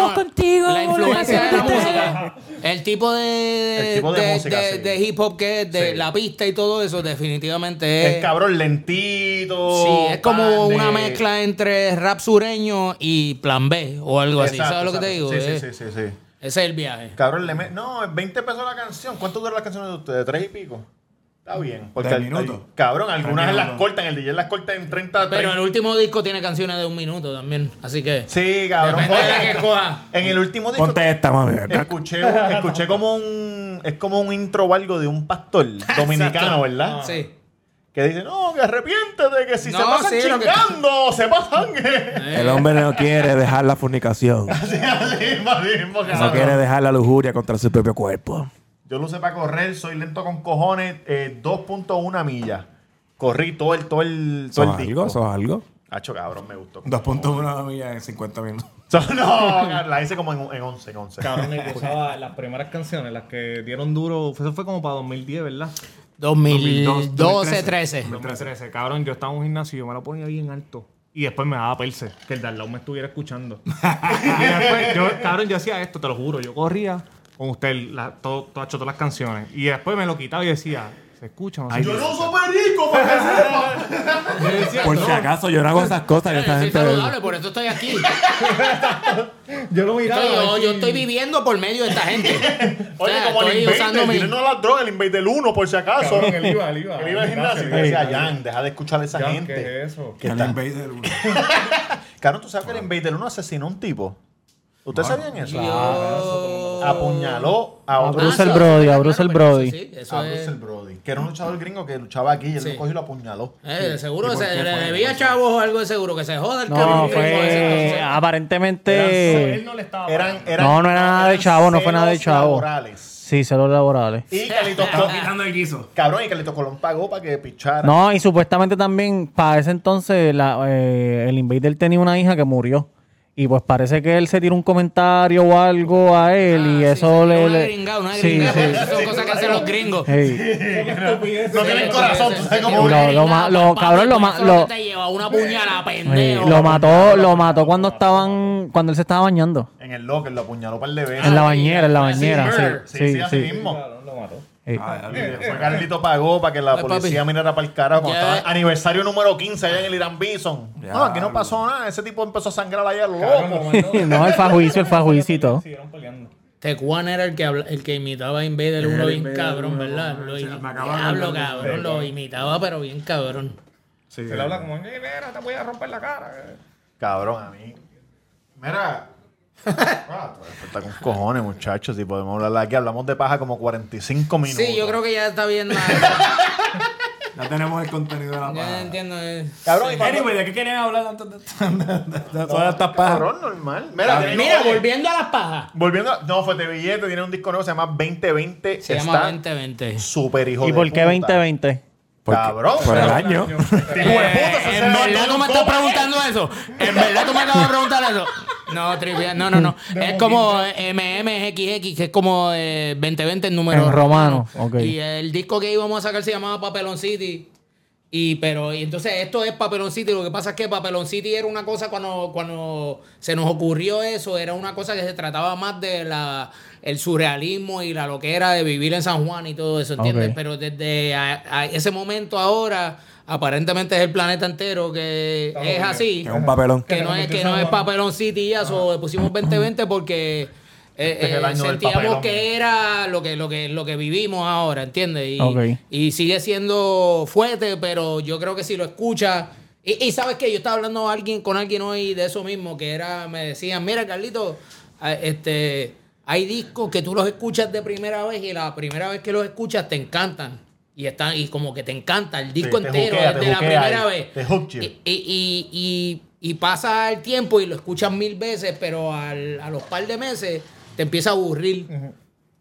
la influencia de la música, el tipo de
El tipo de música,
de-
sí.
de hip hop que es, de
Sí.
la pista y todo eso, definitivamente es.
es cabrón lentito.
Sí, es como
pan de-
una mezcla entre rap sureño y plan B o algo así.
Exacto,
¿Sabes lo que te digo?
exacto.
Eh,
Sí, sí, sí, sí, sí.
Ese es el viaje.
Cabrón, le me- no, es 20 pesos la canción. ¿Cuánto duran las canciones de ustedes? ¿Tres y pico? Está bien.
Mm, Tres
al- al-
minutos.
Cabrón, algunas
Tres
las
minutos.
cortan, el DJ las corta en 30,
Pero
30.
el último disco tiene canciones de un minuto también, así que
Sí, cabrón.
depende de la que
Oye,
coja.
En el último disco
Ponte esta, mami.
escuché, escuché como un es como un intro o algo de un pastor dominicano,
Exacto. Ah.
¿verdad?
Sí.
Que dice, "No, que arrepiéntete que si se
No,
pasan
sí, lo que-
chingando, se pasan."
Eh.
El hombre no quiere dejar la fornicación.
Así, así, mismo,
No
cabrón.
quiere dejar la lujuria contra su propio cuerpo.
Yo lo usé para correr, soy lento con cojones, eh, 2.1 millas. Corrí todo el todo el todo
¿Sos
el
algo?
disco.
¿Sos algo?
Hacho, cabrón, me gustó.
2.1 millas en 50 minutos.
So, no, la hice como en, en 11, en 11.
Ah,
Cabrón, le gozaba las primeras canciones, las que dieron duro. Eso fue como para 2010, ¿verdad?
2012, 13.
2013. Cabrón, yo estaba en un gimnasio y yo me lo ponía bien alto. Y después me daba perse, que el de al lado me estuviera escuchando. y después, yo, cabrón, yo hacía esto, te lo juro. Yo corría con usted, la, todo, todo, hecho todas las canciones. Y después me lo quitaba y decía, ¿se escucha o no se
Yo
escucha?
no soy perico, para que sepa.
Yo decía,
Por si
"No".
acaso yo no hago esas cosas que
Yo
esta
soy
gente.
saludable, por eso estoy aquí.
Yo lo miraba.
Estoy- yo,
y-
yo estoy viviendo por medio de esta gente. O
Oye,
sea,
como el
estoy
Invader,
usando mi-
tírenos las drogas, el Invader 1, por si acaso.
Cabrón, el IVA, el IVA.
El IVA al gimnasio. Y yo decía, Jan, deja de escuchar a esa
Ya,
gente.
¿Qué es eso?
Que está- Cabrón, tú sabes que el Invader 1 asesinó a un tipo. ¿Ustedes sabían eso? Apuñaló a
A
otro.
Bruce el
Ah,
Brody, a
claro,
Bruce el
pero eso
Brody.
sí, eso
a
es-
Bruce el Brody, que era un luchador gringo que luchaba aquí y él
Sí.
lo cogió y lo apuñaló.
Eh, de seguro se le debía chavos o algo de seguro que se joda el
No,
cabrón que hizo ese Ah,
fue
entonces.
aparentemente.
Él no le estaba.
Eran, eran,
No, no era nada de chavo, no fue nada de
celos
chavo.
laborales.
Sí, celos laborales.
Y Carlitos
Estamos
Colón,
quitando el guiso.
cabrón, y Carlitos Colón pagó para que pichara.
No, y supuestamente también para ese entonces la- eh, el Invader tenía una hija que murió. Y pues parece que él se tiró un comentario o algo a él
Ah,
y
sí,
eso
sí,
le...
Una
le-
gringa, una
sí,
gringa, pues.
sí,
porque Son cosas que hacen los gringos.
sí.
No tienen corazón, pues, tú sabes cómo
Lo-
es.
lo ma- lo-
Papi,
cabrón, lo
por
ma-
eso es
lo-
que te lleva una puñalada,
Sí,
pendejo.
Lo mató, lo mató cuando estaban, cuando él se estaba bañando.
En el locker lo apuñaló un par de veces.
En la bañera, en la
Así,
bañera.
Sí, sí,
Sí,
así
sí, sí.
mismo.
Sí.
Y después Carlito pagó para que la
Ay, papi.
policía mirara para el carajo. cuando
Ya.
estaba aniversario número 15 allá en el Irán Bison. No, aquí no pasó nada. Ese tipo empezó a sangrar allá lo loco.
No, el fajuicio, el fajuicio y todo.
Tecuan era el que, habla- el que imitaba a Invader uno bien cabrón, ¿verdad? Lo imi- Diablo, cabrón, lo imitaba, pero bien cabrón.
Se le habla como, "Ey, mira, te voy a romper la cara.
Cabrón, a mí. Mira. Ah, Está con cojones, muchachos. Si podemos hablar aquí, hablamos de paja como 45 minutos.
Sí, yo creo que ya está bien. la-
Ya tenemos el contenido de la
ya entiendo. eh.
Cabrón, y para-
Anyway, ¿de qué querían hablar antes de
Todas estas pajas.
Cabrón, normal. Mira, tenemos-
Ah, Mira,
oye,
volviendo a las pajas.
volviendo. a- No, fue de billete. Tiene un disco nuevo, se llama 2020.
Se
está
llama 2020.
Super hijo
¿Y
de
por qué
puta.
2020?
Porque-
Cabrón.
Por el año.
Hijo de puta, eso
Eh,
se
en
va todo
verdad tú me
un
estás
copo.
preguntando eso. En verdad tú me acabas de preguntar eso. No, trivia, no, no, no. Es como eh, MMXX, que es como eh, 2020 en número
En romano, ok.
Y el disco que íbamos a sacar se llamaba Papelón City. Y pero y entonces esto es Papelon City. Lo que pasa es que Papelon City era una cosa cuando, cuando se nos ocurrió eso, era una cosa que se trataba más de la el surrealismo y la loquera de vivir en San Juan y todo eso, ¿entiendes?
Ok.
Pero desde a- a ese momento ahora, aparentemente es el planeta entero que es así.
Es un papelón.
Que no es, que no es Papelón City ya, so, le pusimos 2020 porque eh,
Este es el
eh,
año del
sentíamos
papelón.
que era lo que, lo que, lo que vivimos ahora, ¿entiendes? Y,
Ok.
y sigue siendo fuerte, pero yo creo que si lo escuchas. Y, y sabes que yo estaba hablando a alguien, con alguien hoy de eso mismo, que era, me decían, mira Carlito, a- este hay discos que tú los escuchas de primera vez y la primera vez que los escuchas te encantan. Y están, y como que te encanta el disco
te
entero
juquea, te
desde la
juquea,
primera
te
vez.
hook you.
Y- y, y- y- y pasa el tiempo y lo escuchas mil veces, pero al- a los par de meses te empieza a aburrir.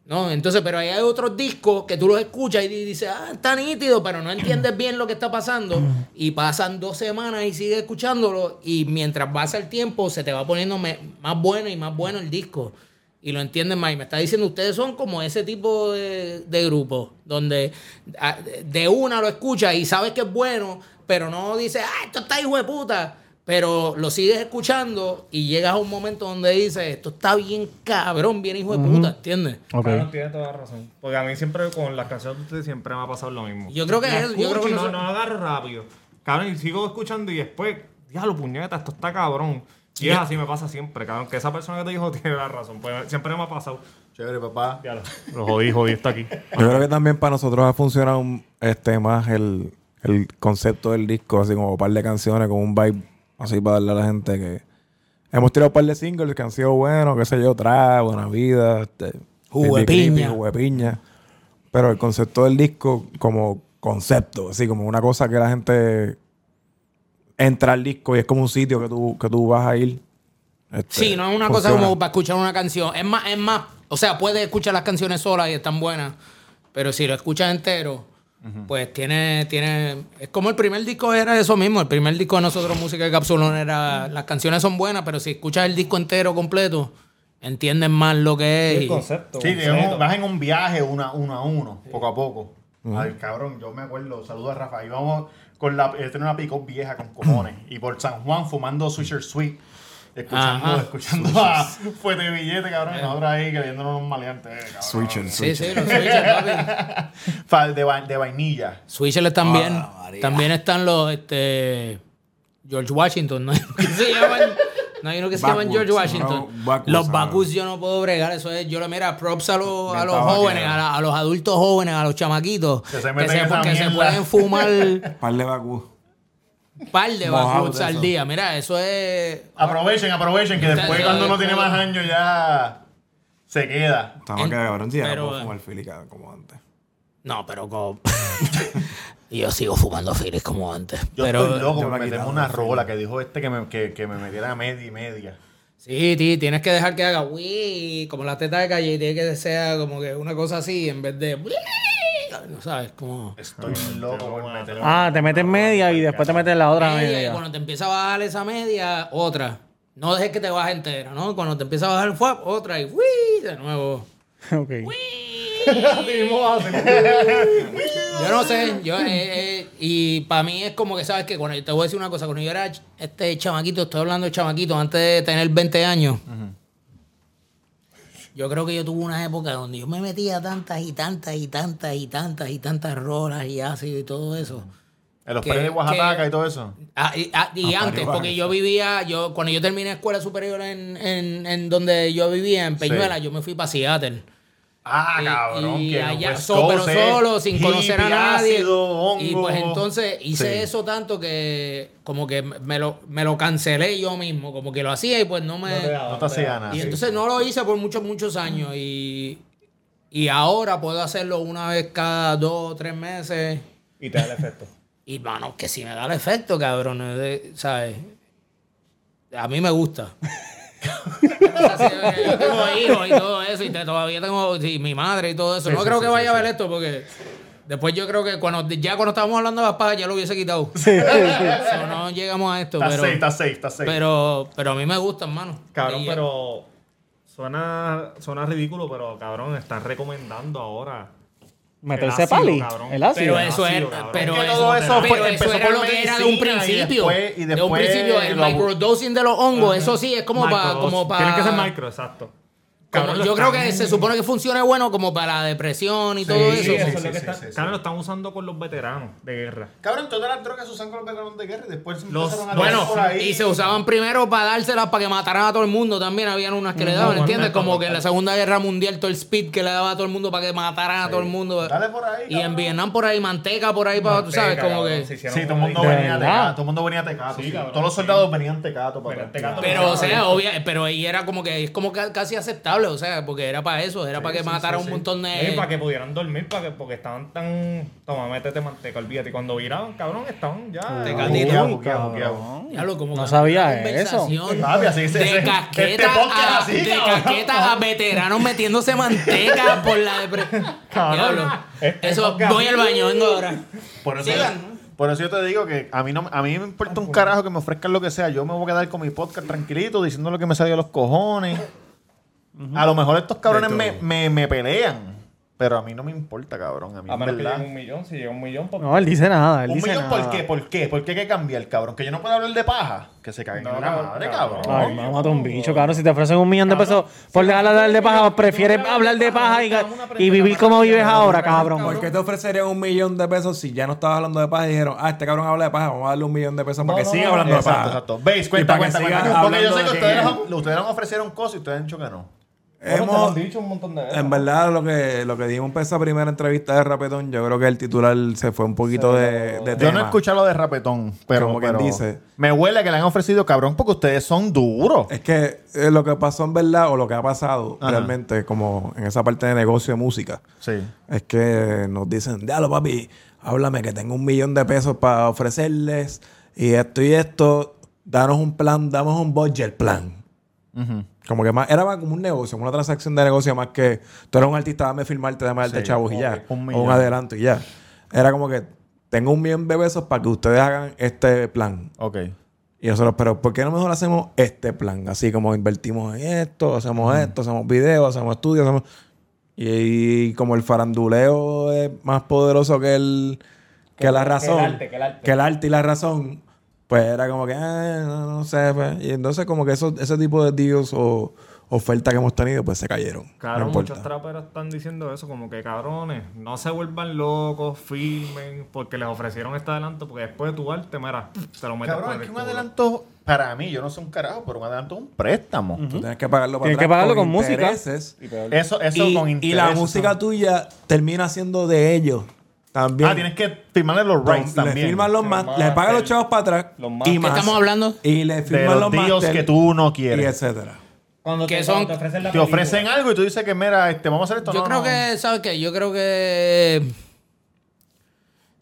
¿No? Entonces, pero ahí hay otros discos que tú los escuchas y di- dices, ah, está nítido, pero no entiendes bien lo que está pasando. Y pasan dos semanas y sigues escuchándolo. Y mientras pasa el tiempo, se te va poniendo me- más bueno y más bueno el disco. Y lo entienden más. Y me está diciendo, ustedes son como ese tipo de, de grupo, donde ah, de una lo escuchas y sabes que es bueno, pero no dices, ah, esto está hijo de puta. Pero lo sigues escuchando y llegas a un momento donde dices, esto está bien cabrón, bien hijo de puta, ¿entiendes?
Ok.
Claro, tiene toda la razón. Porque a mí siempre con las canciones de ustedes siempre me ha pasado lo mismo.
Yo creo que
La
es eso, yo creo que
escucho y no,
nosotros-
no agarro rápido. Cabrón, y sigo escuchando y después, diablo, puñeta, esto está cabrón. Y es así, me pasa siempre, cabrón. Que esa persona que te dijo tiene la razón. Pues siempre me ha pasado.
Chévere, papá.
Diablo. Lo jodí, jodí, está aquí.
Yo creo que también para nosotros ha funcionado un- este, más el, el concepto del disco, así como un par de canciones con un vibe así para darle a la gente que hemos tirado un par de singles que han sido buenos, qué sé yo, Trap, Buena Vida, este,
Jugo de
Creepy Creepy,
piña.
Jugo de piña. Pero el concepto del disco como concepto, así como una cosa que la gente entra al disco y es como un sitio que tú, que tú vas a ir. este,
Sí, no es una cosa
funciona.
como para escuchar una canción. Es más, es más. O sea, puedes escuchar las canciones solas y están buenas. Pero si lo escuchas entero, pues tiene, tiene. Es como el primer disco era eso mismo. El primer disco de nosotros, Música de Capsulón, era. Las canciones son buenas, pero si escuchas el disco entero completo, entiendes más lo que es. y-
concepto.
Sí, que uno- vas en un viaje una- uno a uno, poco a poco. Ay, cabrón, yo me acuerdo, saludo a Rafa. Íbamos con la, él tenía una pick vieja con cojones. y por San Juan fumando Swisher Sweet. Escuchando,
Ajá.
escuchando a Fuete Billete, cabrón. Y nosotros ahí creyéndonos unos maleantes. eh, cabrón.
Switcher,
sí, sí, los switches, papi.
Fa- De, va- de vainilla.
Switches también.
Ah, María.
también están los este George Washington, ¿no? hay uno que se llaman- no hay uno que se llaman
Backwoods,
George Washington.
no, Backwoods,
los
ah.
Bacus yo no puedo bregar, eso es, yo le mira, props a los, a los
Mentaba
jóvenes,
que-
a, la- a los adultos jóvenes, a los chamaquitos,
Que se meten en esa
que se
mierda.
pueden fumar un
Par de Bakú.
par de Bacus
Mojados de
al
eso.
día. Mira, eso es
Aprovechen, aprovechen, que después
Está-
cuando uno tiene más años ya se queda.
Estamos
En-
acá, cabrón. Sí, ya
pero,
no puedo
eh,
fumar filica como antes.
no, pero como- Y yo sigo fumando Phillies como antes.
Yo
pero
estoy loco
yo
por
me he
meterme
quitado,
una
sí.
rola que dijo este que me, que, que me metiera a media y media.
Sí, ti, tienes que dejar que haga uy, como la teta de calle, y tiene que sea como que una cosa así en vez de "Uy", no sabes, como
Estoy loco por meterme.
Ah, te metes media y después te metes la otra
media, y
media.
cuando te empieza a bajar esa media, otra. No dejes que te baje entera, ¿no? Cuando te empieza a bajar fue otra y uy, de nuevo.
Ok.
Yo no sé, yo eh, eh, y para mí es como que sabes que cuando te voy a decir una cosa, cuando yo era ch- este chamaquito, estoy hablando de chamaquito antes de tener 20 años. Yo creo que yo tuve una época donde yo me metía tantas y tantas y tantas y tantas y tantas rolas y ácido y todo eso.
En los
que-
pares de Oaxaca
que-
y todo eso.
Ah, y ah, y antes, porque yo vivía, yo cuando yo terminé escuela superior en, en, en donde yo vivía, en Peñuela, yo me fui para Seattle.
Ah,
Y-
cabrón.
y
que en
allá,
West
so- pero
Coast es
solo, sin
hippie,
conocer a nadie.
ácido, hongo.
y pues entonces hice
Sí.
eso tanto que como que me lo, me lo cancelé yo mismo, como que lo hacía y pues no me...
No te hacía nada.
y entonces no lo hice por muchos, muchos años y, y ahora puedo hacerlo una vez cada dos o tres meses.
Y te da el efecto.
Y mano, que si me da el efecto, cabrón, eh, ¿sabes? A mí me gusta. Yo tengo hijos y todo eso, y te- todavía tengo y mi madre y todo eso. no creo que vaya a ver esto porque después yo creo que cuando ya cuando estábamos hablando de las pagas ya lo hubiese quitado. So, no llegamos a esto,
Está
pero,
safe, está safe, está safe.
pero pero a mí me gusta, hermano.
Cabrón,
Y-
pero suena, suena ridículo, pero cabrón, están recomendando ahora
Meterse
El ácido,
pali.
cabrón.
El ácido.
Pero
sí,
eso
sí,
es,
cabrón.
pero
Es que
eso,
todo eso fue-
pero
empezó
era
por
lo
la
que era de un
medicina y
principio.
después- y
de un
después
principio, el
lo-
microdosing de los hongos, eso sí, es como para.
Microdose.
Como para
Tienen que ser micro, exacto.
como-
Cabrón, lo
yo creo
están-
que se supone que funciona bueno como para la depresión y todo eso.
Sí, eso
sí,
es lo que
sí,
están-
sí, sí.
Cabrón, lo están usando con los veteranos de guerra.
Cabrón, todas las drogas se usan con los veteranos de guerra y después se
Los-
empezaron a
Bueno,
dar por ahí.
y se usaban primero para dárselas para que mataran a todo el mundo. También habían unas que le daban, ¿entiendes? Como que en la Segunda Guerra Mundial todo el speed que le daba a todo el mundo para que mataran a todo el mundo.
Dale por ahí,
Y en
cabrón.
Vietnam por ahí, manteca por ahí, para, Ah, tú sabes, como que...
Sí, todo el mundo
De
venía
verdad.
tecato, todo el mundo venía tecato. sí.
cabrón,
Todos los
sí.
soldados venían tecato para
Venían
acá.
tecato.
Pero, o sea, obvia, pero ahí era como que es como ca- casi aceptable, o sea, porque era para eso, era para que mataran un montón de.
para que pudieran dormir, para que, porque estaban tan. Toma, métete manteca, olvídate. Y cuando viraban, cabrón, estaban ya.
Uy,
Uy,
ujú,
cabrón.
ujú.
Diablo, como
No
que
sabía
una conversación
eso. Papi, así se-
De
se- este
casqueta
podcast
a,
así,
de
cabrón.
casqueta a veteranos metiéndose manteca por la depresión. Diablo.
Este
Eso,
podcast-
voy al baño, vengo ahora.
Por eso,
Sigan.
por eso yo te digo que a mí, no, a mí me importa un carajo que me ofrezcan lo que sea. Yo me voy a quedar con mi podcast tranquilito, diciendo lo que me salió de los cojones. A lo mejor estos cabrones me, me, me pelean. Pero a mí no me importa, cabrón. A mí
A
es
menos que
verdad.
llegue un millón, si llega un millón, pues.
No, él dice nada. Él
Un
dice
millón,
nada.
¿por qué? ¿Por qué? ¿Por qué hay que cambiar, cabrón? Que yo no puedo hablar de paja. Que se caguen
No,
en la
cabrón,
madre,
cabrón.
cabrón.
Ay, me mata un bicho, cabrón. Si te ofrecen un millón de pesos por dejar de hablar de paja, prefieres hablar de paja y, y vivir como vives ahora,
¿Por
cabrón.
qué te ofrecerían un millón de pesos si ya no estabas hablando de paja y dijeron, ah, este cabrón habla de paja, vamos a darle un millón de pesos para que siga hablando
exacto,
de paja?
Exacto, ¿Veis?
Y
Cuenta,
para que
cuenta,
siga
cuenta. Porque yo sé
hablando
que
de
ustedes
que-
nos- ustedes nos ofrecieron cosas y ustedes han dicho que no.
Hemos,
dicho un montón de veces.
en verdad, lo que, lo que dimos para esa primera entrevista de Rapetón, yo creo que el titular se fue un poquito de, de
Yo
tema.
no he escuchado lo de Rapetón, pero,
Como quien
pero
dice.
me huele a que le han ofrecido cabrón porque ustedes son duros.
Es que eh, lo que pasó en verdad, o lo que ha pasado
Ajá.
realmente, como en esa parte de negocio de música,
Sí.
es que nos dicen, diablo papi, háblame que tengo un millón de pesos para ofrecerles y esto y esto, danos un plan, damos un budget plan. Como que más, era más como un negocio, como una transacción de negocio más que tú eres un artista, dame firmarte, dame darte
Sí,
chavos y
ok,
ya.
un
o
millón.
un adelanto y ya. Era como que tengo un millón de pesos para que ustedes hagan este plan.
Ok.
Y nosotros, pero ¿por qué no mejor hacemos este plan? Así como invertimos en esto, hacemos esto, hacemos videos, hacemos estudios, hacemos... Y, y como el faranduleo es más poderoso que el... Que, la razón. Que el, arte, que, el arte. y la razón. Pues era como que, "Ah, no, no sé. pues". Y entonces como que eso, ese tipo de deals o ofertas que hemos tenido, pues se cayeron.
Claro,
no importa.
muchos traperos están diciendo eso, como que cabrones, no se vuelvan locos, firmen, porque les ofrecieron este adelanto, porque después de tu arte, mira, te lo metes por
Cabrón, es
el
que un
culo.
adelanto, para mí, yo no sé un carajo, pero un adelanto es un préstamo.
Tú tienes que pagarlo para
Tienes que
atrás
pagarlo con música.
intereses.
Eso, eso
y,
con
y
interés.
la música tuya termina siendo de ellos. También.
Ah, tienes que firmarle los rights
le
también.
firman los más, le pagan los chavos para atrás y
¿Qué
más.
estamos hablando?
Y le
de
firman
los
los
días
más
que tú no
y
quieres.
etcétera.
Cuando
que son-
ofrecen la
Te ofrecen algo y tú dices que, mira, este, vamos a hacer esto.
Yo
No,
creo
no.
que, ¿sabes qué? Yo creo que. eh,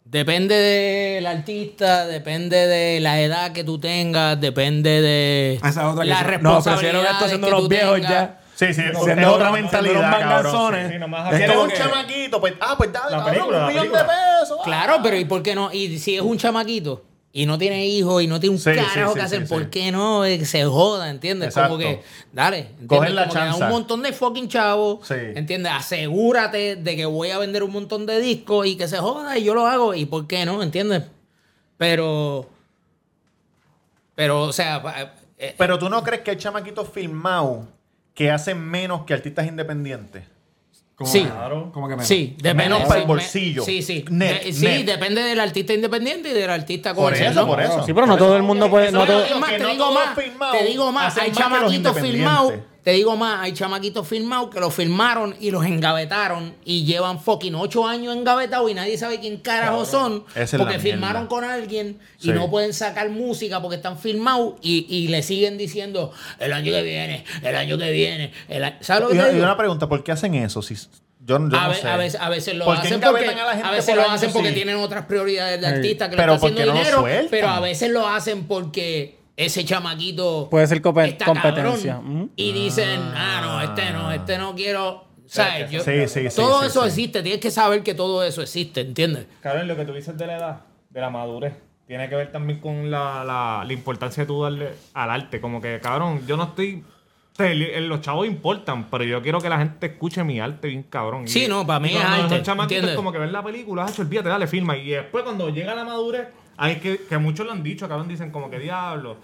Depende del artista, depende de la edad que tú tengas, depende de.
Esa es otra que
las
se- nos ofrecieron esto
responsabilidades
siendo
que
unos
tú
viejos
tengas.
ya.
Sí, sí,
Siendo
es otra
unos- siendo
mentalidad,
unos
cabrón.
manganzones.
Sí, sí, nomás
Es
aquí
Tienes
como
un
que-
chamaquito, pues, ah, pues dale,
La
cabrón,
película,
un
la
millón de
película.
pesos. ah.
Claro, pero ¿y por qué no? Y si es un chamaquito y no tiene hijos y no tiene un
Sí, sí,
carajo
sí,
que hacer,
sí,
¿por
sí.
qué no? Eh, que se joda, ¿entiendes?
Exacto.
Como que, dale, ¿entiendes?
Coger la
Como que a
chanza.
un montón de fucking chavos,
Sí.
¿entiendes? Asegúrate de que voy a vender un montón de discos y que se joda y yo lo hago. ¿Y por qué no? ¿Entiendes? Pero, pero, o sea, pa- eh,
Pero tú no crees que hay chamaquitos filmados que hacen menos que artistas independientes.
sí.
Como que menos.
Sí, depende.
Menos para el
sí,
bolsillo.
Sí, sí.
Net,
De- sí,
net.
depende del artista independiente y del artista
Por
comercial,
eso,
¿no?
por eso.
Sí, pero no todo el mundo puede. No
Eso
todo,
Es más,
que
te
no
digo
todos
más,
filmados
te digo más,
hacen
hay
más que los
chamaquitos
independientes.
filmados, te digo más, hay chamaquitos filmados que los filmaron y los engavetaron y llevan fucking ocho años engavetados y nadie sabe quién carajo son
Esa es la
porque
mierda.
firmaron con alguien y
Sí.
no pueden sacar música porque están filmados y, y le siguen diciendo el año que viene, el año que viene, el año-". ¿sabes lo que
Y
te
una, y
digo?
una pregunta, ¿por qué hacen eso? Si, yo, yo
a,
no
ve-
sé.
a veces, a veces lo
¿Por qué
hacen porque,
engavetan
a
a la gente
veces
por
lo
años
hacen porque
sin-
tienen otras prioridades de artista que
Pero
le está
¿por qué
haciendo
no lo
dinero,
sueltan?
pero a veces lo hacen porque ese chamaquito
Puede ser compe-
está
competencia.
cabrón
Ujú.
y dicen, ah, no, este no, este no quiero, ¿sabes? Yo-
Sí, sí, sí,
todo
sí,
eso
sí.
existe, tienes que saber que todo eso existe, ¿entiendes?
Cabrón, lo que tú dices de la edad, de la madurez, tiene que ver también con la, la, la importancia de tú darle al arte. Como que, cabrón, yo no estoy te- el- los chavos importan, pero yo quiero que la gente escuche mi arte bien cabrón.
Sí,
Y-
no, para mí
y
es
cuando
arte,
Los chamaquitos
¿entiendes?
como que ven la película, ah, olvídate, dale, firma. Y después cuando llega la madurez, hay que, que muchos lo han dicho, cabrón, dicen como que diablo.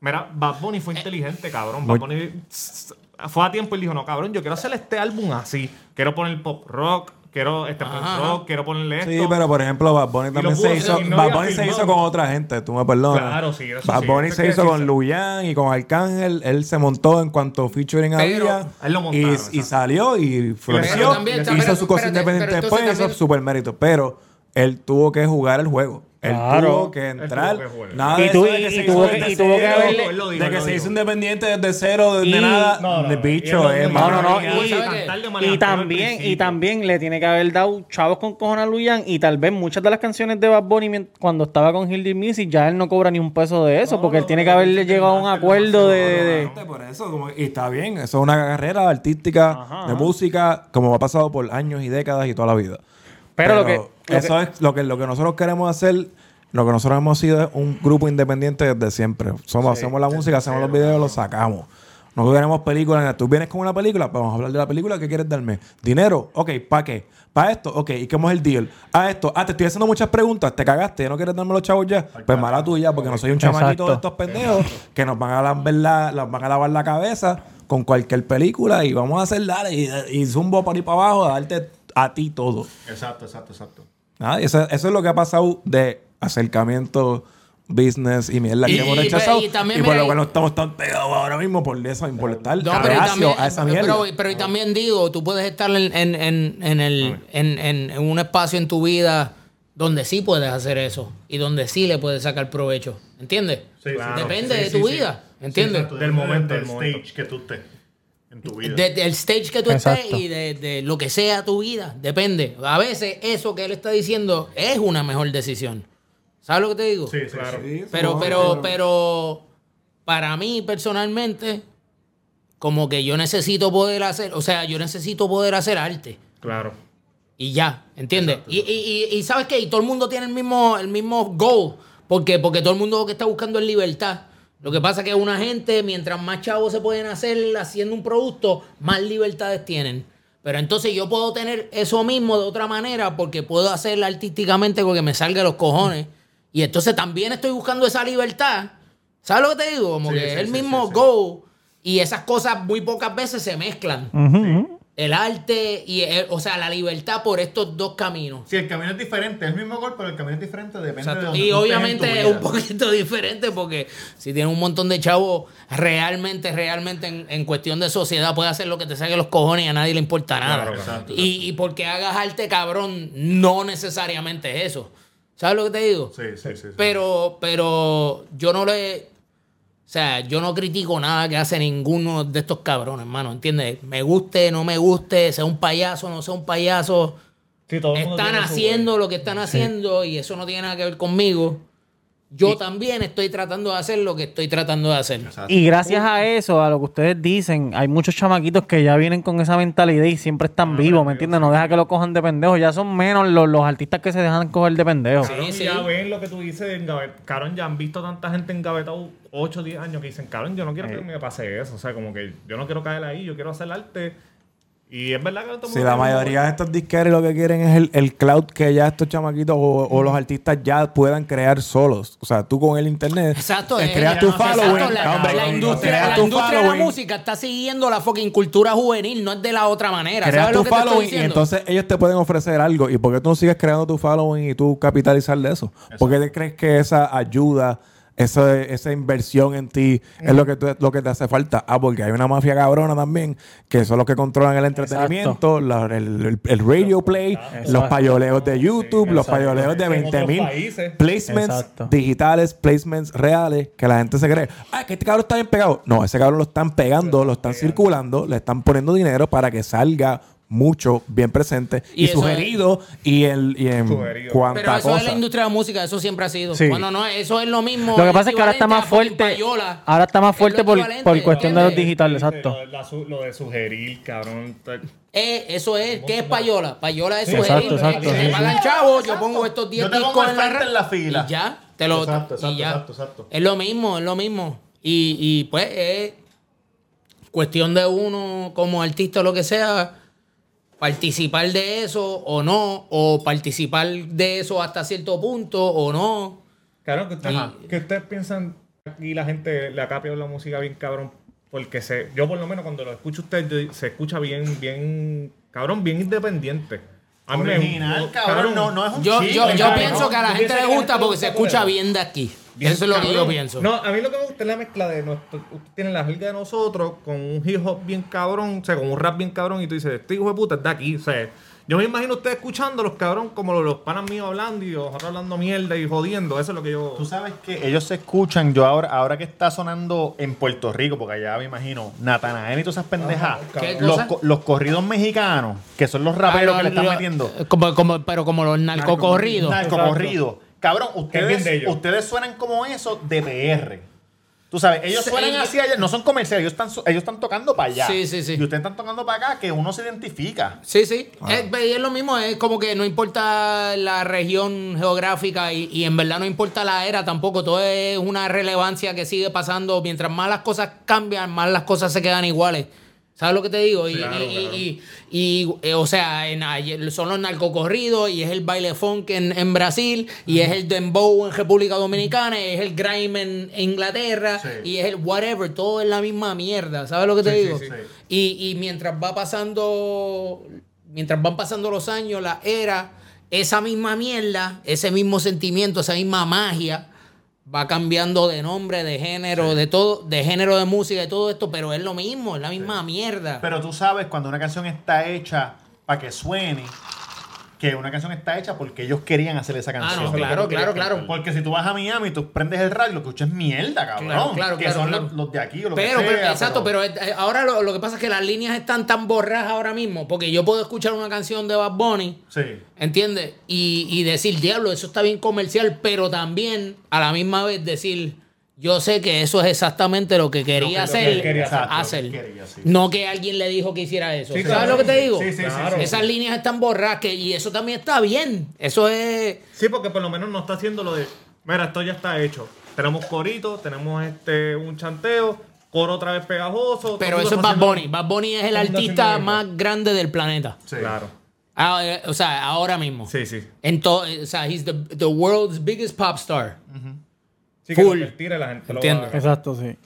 Mira, Bad Bunny
Eh.
fue inteligente, cabrón. Bad Bunny s- fue a tiempo y dijo, no, cabrón, yo quiero hacer este álbum así. Quiero poner pop rock, quiero este pop
Ajá.
rock, quiero ponerle esto.
Sí, pero por ejemplo, Bad Bunny
lo
también
pudo
se
hacer
hizo.
y no
Bad
había
Bunny se
firmado.
hizo con otra gente, tú me perdonas.
Claro, sí, eso
Bad
sí,
Bunny
eso
se
quiere
hizo
decir,
con
sí.
Luyan y con Arcángel. Él se montó en cuanto featuring
Pero-
había.
Él lo montaron,
y, y
exacto.
salió y floreció.
también,
hizo
pero-
su cosa
espérate,
independiente
pero
después,
entonces
hizo
también-
super mérito. Pero él tuvo que jugar el juego. Él
Claro.
tuvo que
tuvo
entrar.
que jugar.
Nada
Y
de
tú-
eso de que
y
se
tuvo
hizo
que-
desde
y tuvo que
cero,
haber-
Él lo dijo,
De
él
que
lo
se
dijo.
hizo independiente desde cero, de
Y-
nada.
No, no, no,
de
y él
bicho,
lo-
es
y
No, no, no.
Y-
Y,
cantar de manera
y
activa al
también, y
principio.
también le tiene que haber dado chavos con cojones a Luyan. Y tal vez muchas de las canciones de Bad Bunny mien- cuando estaba con Hildy Missy, ya él no cobra ni un peso de eso. porque él tiene que haberle llegado a un acuerdo de. de-
Obviamente, por eso, como- y está bien, eso es una carrera artística de música, como ha pasado por años y décadas y toda la vida.
Pero lo que- lo
eso es lo que, lo que nosotros queremos hacer. Lo que nosotros hemos sido es un grupo independiente desde siempre. Somos, hacemos la música, hacemos los videos, los sacamos. No queremos películas. nada. Tú vienes con una película, pues vamos a hablar de la película. ¿Qué quieres darme? ¿Dinero? Ok, ¿para qué? ¿Para esto? Ok, ¿y cómo es el deal? Ah, esto. Ah, te estoy haciendo muchas preguntas. ¿Te cagaste? ¿Ya no quieres darme los chavos ya? Pues mala tuya, porque no soy un chamaquito de estos pendejos que nos van a lavar la, nos van a lavar la cabeza con cualquier película y vamos a hacer dale y, y zumbo para ir para abajo a darte a ti todo.
Exacto, exacto, exacto.
Nada, y eso, eso es lo que ha pasado de acercamiento, business y mierda
Y-
que hemos
y-
rechazado.
y
Y,
también,
por
mira,
lo
y-
cual no estamos tan pegados ahora mismo por eso, por estar
No, pero y
reacios
también,
a esa
pero-
mierda.
pero y también digo, tú puedes estar en, en- en- en el, en, en- en un espacio en tu vida donde sí puedes hacer eso y donde sí le puedes sacar provecho. ¿Entiendes?
claro.
Depende
Sí,
de
sí,
tu
sí.
vida. ¿Entiendes?
Del momento, del
momento.
stage que tú estés en tu vida.
De- del stage que tú
Exacto.
estés y de, de lo que sea tu vida. Depende. A veces eso que él está diciendo es una mejor decisión. ¿Sabes lo que te digo?
Sí, sí, claro.
Pero, pero, pero, para mí personalmente, como que yo necesito poder hacer, o sea, yo necesito poder hacer arte.
Claro.
Y ya, ¿entiendes? Y, y- y- y sabes qué, y todo el mundo tiene el mismo, el mismo goal, porque, porque todo el mundo lo que está buscando es libertad. Lo que pasa es que una gente, mientras más chavos se pueden hacer haciendo un producto, más libertades tienen. Pero entonces yo puedo tener eso mismo de otra manera porque puedo hacerlo artísticamente porque me salga de los cojones. Y entonces también estoy buscando esa libertad. ¿Sabes lo que te digo? Como que es el mismo goal y esas cosas muy pocas veces se mezclan. El arte y, el- o sea, la libertad por estos dos caminos.
Si el camino es diferente, es el mismo gol, pero el camino es diferente, depende
Exacto.
de donde tú
Y
estés en tu
obviamente
vida.
es un poquito diferente porque si tienes un montón de chavos, realmente, realmente en, en cuestión de sociedad puedes hacer lo que te saque los cojones y a nadie le importa nada.
Claro, exacto,
y, y porque hagas arte cabrón, no necesariamente es eso. ¿Sabes lo que te digo?
Sí, sí, sí. sí.
Pero, pero yo no le. O sea, yo no critico nada que hace ninguno de estos cabrones, hermano, ¿entiendes? Me guste, no me guste, sea un payaso, no sea un payaso.
Sí, todo el mundo
Están
tiene su-
haciendo lo que están haciendo y eso no tiene nada que ver conmigo. Yo también estoy tratando de hacer lo que estoy tratando de hacer.
Y gracias a eso, a lo que ustedes dicen, hay muchos chamaquitos que ya vienen con esa mentalidad y siempre están vivos, ¿me entiendes? No deja que lo cojan de pendejo. Ya son menos los, los artistas que se dejan coger de pendejo.
Cabrón,
Sí,
ya
sí.
ven lo que tú dices, engavet- cabrón, ya han visto tanta gente engavetado 8 o 10 años que dicen, cabrón, yo no quiero que me pase eso, o sea, como que yo no quiero caer ahí, yo quiero hacer arte. Y es verdad que no todo el
Si la
mundo tiene el mismo
mayoría de estos disqueros lo que quieren es el, el cloud que ya estos chamaquitos o, o los artistas ya puedan crear solos. O sea, tú con el internet
Exacto,
eh,
es-
creas tu
exacto,
following.
la,
hombre,
la industria,
creas
la
tu
industria de la
following,
música está siguiendo la fucking cultura juvenil, no es de la otra manera.
Creas
¿Sabes
tu
lo que te estoy
following y
diciendo?
entonces ellos te pueden ofrecer algo. ¿Y por qué tú no sigues creando tu following y tú capitalizar de eso? ¿Por qué te crees que esa ayuda, esa, esa inversión en ti es lo que, tú- lo que te hace falta? Ah, porque hay una mafia cabrona también, que son los que controlan el entretenimiento, la- el, el- el radio play, los payoleos de YouTube, los payoleos de
En otros
20 mil
países.
placements
Exacto.
digitales, placements reales, que la gente se cree, ah, que este cabrón está bien pegado. No, ese cabrón lo están pegando, lo están circulando, le están poniendo dinero para que salga mucho, bien presente
Y
y,
eso
sugerido y, el, y en
Sugerido.
Pero
cuanta
eso es
cosa.
la industria de la música, eso siempre ha sido.
Sí.
Bueno, no, eso es lo mismo.
Lo que pasa es que ahora está más
equivalente a
fuerte.
fucking payola.
Ahora está más
Es
fuerte
lo
por,
equivalente,
por cuestión de los
¿entiendes?
digitales,
Sí,
exacto.
Lo, la su- lo de sugerir, cabrón. te-
Eh, eso es, ¿qué es payola? Payola es
Sí,
sugerir.
exacto, exacto,
Me
sí,
pagan chavos, yo pongo estos 10
Yo te
discos
pongo
en la,
enfrente
red
en la fila.
Y ya, te lo.
Exacto,
y
exacto,
ya.
exacto, exacto.
Es lo mismo, es lo mismo. Y, y pues, eh, cuestión de uno como artista o lo que sea, participar de eso o no, o participar de eso hasta cierto punto o no.
Claro, que, ustedes-
Ajá.
que ustedes piensan aquí la gente le acá pierde la música bien cabrón. Porque se, yo por lo menos cuando lo escucho a usted, yo- se escucha bien, bien, cabrón, bien independiente. A mí me-
Original, cabrón, no, no es un
Yo,
chiste,
yo, yo
claro.
pienso que a la
Yo
gente
pienso que
le
a la
gusta
gente
porque
le
se
gusta
escucha
porque-
bien de aquí.
Bien
Eso es lo que yo
cabrón.
pienso.
No, a mí lo que me gusta es la mezcla de nuestro. Usted tiene la jerga de nosotros con un hip hop bien cabrón, o sea, con un rap bien cabrón, y tú dices, este hijo de puta está aquí. O sea, yo me imagino usted escuchando los cabrón como los, los panas míos hablando y los otros hablando mierda y jodiendo. Eso es lo que yo.
Tú sabes que ellos se escuchan, yo ahora, ahora que está sonando en Puerto Rico, porque allá me imagino, Natanael y todas esas pendejas,
cabrón. ¿Qué
los,
cosa?
co- los corridos mexicanos, que son los raperos que
Ah, no,
le están
lo-
metiendo,
Como, como, pero como los narcocorridos.
narcocorridos. Cabrón,
bien de
ustedes,
ellos.
ustedes suenan como eso de PR. Tú sabes, ellos
Sí.
suenan así allá, no son comerciales, ellos están, su- ellos están tocando para allá.
Sí, sí, sí.
Y ustedes están tocando para acá, que uno se identifica.
Sí, sí. Es, pues, y es lo mismo, es como que no importa la región geográfica y, y en verdad no importa la era tampoco. Todo es una relevancia que sigue pasando. Mientras más las cosas cambian, más las cosas se quedan iguales. ¿Sabes lo que te digo? Y, y- y- y, eh, o sea, en- ayer son los narcocorridos y es el baile funk en, en Brasil y es el dembow en República Dominicana y es el grime en Inglaterra y es el whatever. Todo es la misma mierda. ¿Sabes lo que te digo? Y, y mientras va pasando, mientras van pasando los años, la era, esa misma mierda, ese mismo sentimiento, esa misma magia, va cambiando de nombre, de género, de todo, de género de música, de todo esto, pero es lo mismo, es la misma mierda.
Pero tú sabes cuando una canción está hecha para que suene, que una canción está hecha porque ellos querían hacer esa
ah,
canción.
no, claro, claro, claro.
Porque si tú vas a Miami y tú prendes el radio, lo que escuchas es mierda, cabrón.
Claro, claro,
que
claro,
son
claro.
Los, los de aquí o lo
Pero,
que
pero-
sea.
exacto, pero, eh, ahora lo, lo que pasa es que las líneas están tan borradas ahora mismo, porque yo puedo escuchar una canción de Bad Bunny.
Sí.
¿Entiendes? Y, y decir, diablo, eso está bien comercial, pero también a la misma vez decir, yo sé que eso es exactamente lo que quería
Lo que- lo
hacer.
que quería hacer,
hacer.
lo que quería, sí.
No que alguien le dijo que hiciera eso.
Sí,
¿Sabes
claro.
lo que te digo?
Sí, sí, sí, Claro. sí, sí.
Esas líneas están borradas que- y eso también está bien. Eso es...
Sí, porque por lo menos no está haciendo lo de. Mira, esto ya está hecho. Tenemos corito, tenemos este un chanteo, coro otra vez
Pero
pegajoso. todo el
eso
mundo
es
está
Bad
haciendo-
Bunny. Bad Bunny es el
todo el mundo
artista
haciendo lo
más grande del planeta.
Sí.
Claro.
Ah, eh, o sea, ahora mismo.
Sí, sí.
Entonces, o sea, he's the, the world's biggest pop star.
Sí, que
Full.
lo que él tire, la gente lo
Entiendo.
va a-
Exacto, sí.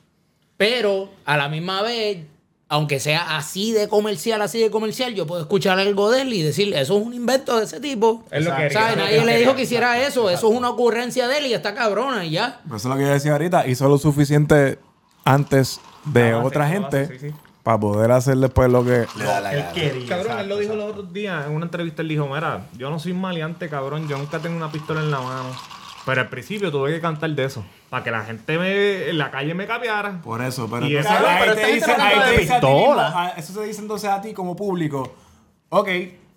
Pero a la misma vez, aunque sea así de comercial, así de comercial, yo puedo escuchar algo de él y decir, eso es un invento de ese tipo.
Es lo que
O sea,
quería, es lo
Nadie
que
le
quería.
dijo que hiciera eso. Eso es una ocurrencia de él y está cabrona y ya.
Eso es lo que yo decía ahorita. Hizo lo suficiente antes de
La base,
otra
la
gente
base, Ah, sí, sí.
para poder hacer después lo que...
Le da la Él quería.
Cabrón,
exacto,
él lo dijo
exacto.
los otros días en una entrevista. Él dijo: Mira, yo no soy maleante, cabrón. Yo nunca tengo una pistola en la mano. Pero al principio tuve que cantar de eso. Para que la gente me, en la calle me capeara.
Por eso, pero
Y
entonces
eso-
ahí
pero
te
esta gente
dicen-
no habla
ahí
de
te dice a ti
pistola.
mismo, a- eso se dice entonces a ti como público. Ok,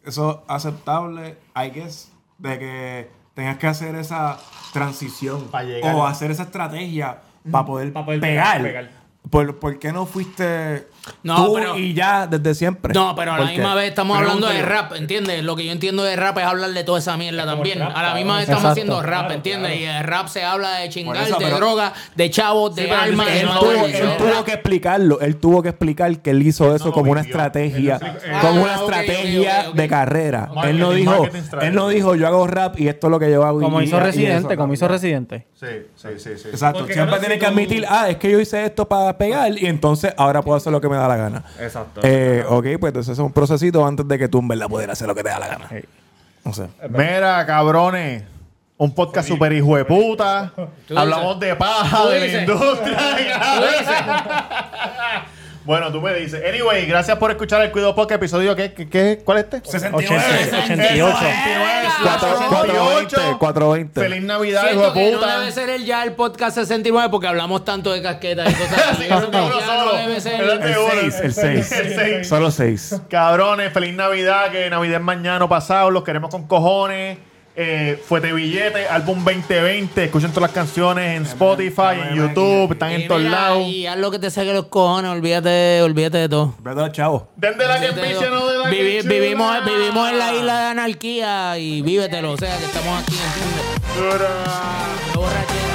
eso es aceptable, I guess, de que tengas que hacer esa transición
Pa' llegar.
o hacer esa estrategia para poder,
Pa' poder
pegar.
pegar, pegar.
¿Por, por qué no fuiste
No,
tú
pero-
y ya desde siempre?
No, pero a la
¿Por qué?
misma vez estamos
Pregunto
hablando
yo.
de rap, ¿entiendes? Lo que yo entiendo de rap es hablar de toda esa mierda también.
rap,
a la misma vez
claro.
estamos
Exacto.
haciendo rap, ¿entiendes? Y el rap se habla de chingar,
eso,
de
pero-
droga, de chavos, de
pero él-
armas,
él
de
tuvo-
Tuvo-
madre.
él
Eso es
tuvo
rap.
que explicarlo. Él tuvo que explicar que él hizo eso
lo
como una
vivió.
estrategia,
Él
como
lo explicó.
una
Ah, ok, ok,
estrategia
ok, ok.
de carrera.
Marketing,
él no dijo,
marketing strategy.
él no dijo, yo hago rap y esto es lo que yo hago. y-
Como
y-
hizo
y
Residente,
eso".
como hizo Residente.
Sí, sí, sí. sí.
Exacto.
Porque
Siempre
ahora
tienes
sí
que
tú-
admitir, ah, es que yo hice esto para pegar y entonces ahora puedo hacer lo que me da la gana.
Exacto.
Eh, ok, pues entonces es un procesito antes de que tú en verdad pudieras hacer lo que te da la gana. No sé.
Mira, cabrones. Un podcast super hijo de puta.
Tú
Hablamos de paja,
Tú
de la
dices.
industria. bueno, tú me dices. Anyway, gracias por escuchar el Cuido Podcast episodio. ¿qué, qué, qué? ¿Cuál es este?
Ah,
420. 420.
Feliz Navidad, hijo de
Siento que no
puta.
debe ser el ya el podcast 69 porque hablamos tanto de casquetas y cosas así.
Eso te juro
Ya no
solo.
debe ser.
Eso te
El
juro.
6, el 6.
El seis.
Solo 6.
Cabrones, feliz Navidad, que Navidad es mañana o pasado, los queremos con cojones. Eh, Fuete Billete, álbum 2020, escuchen todas las canciones en Spotify, en YouTube, están
Y
en todos
Eh, mira,
lados.
Y haz lo que te saque los cojones, olvídate, olvídate de todo.
¿Verdad, chavo?
Den de la que
Yo te
piche,
digo,
no de la que
vivi-
chula.
vivimos, vivimos en la isla de anarquía y vívetelo, o sea que estamos aquí en
Dura.
borrachera.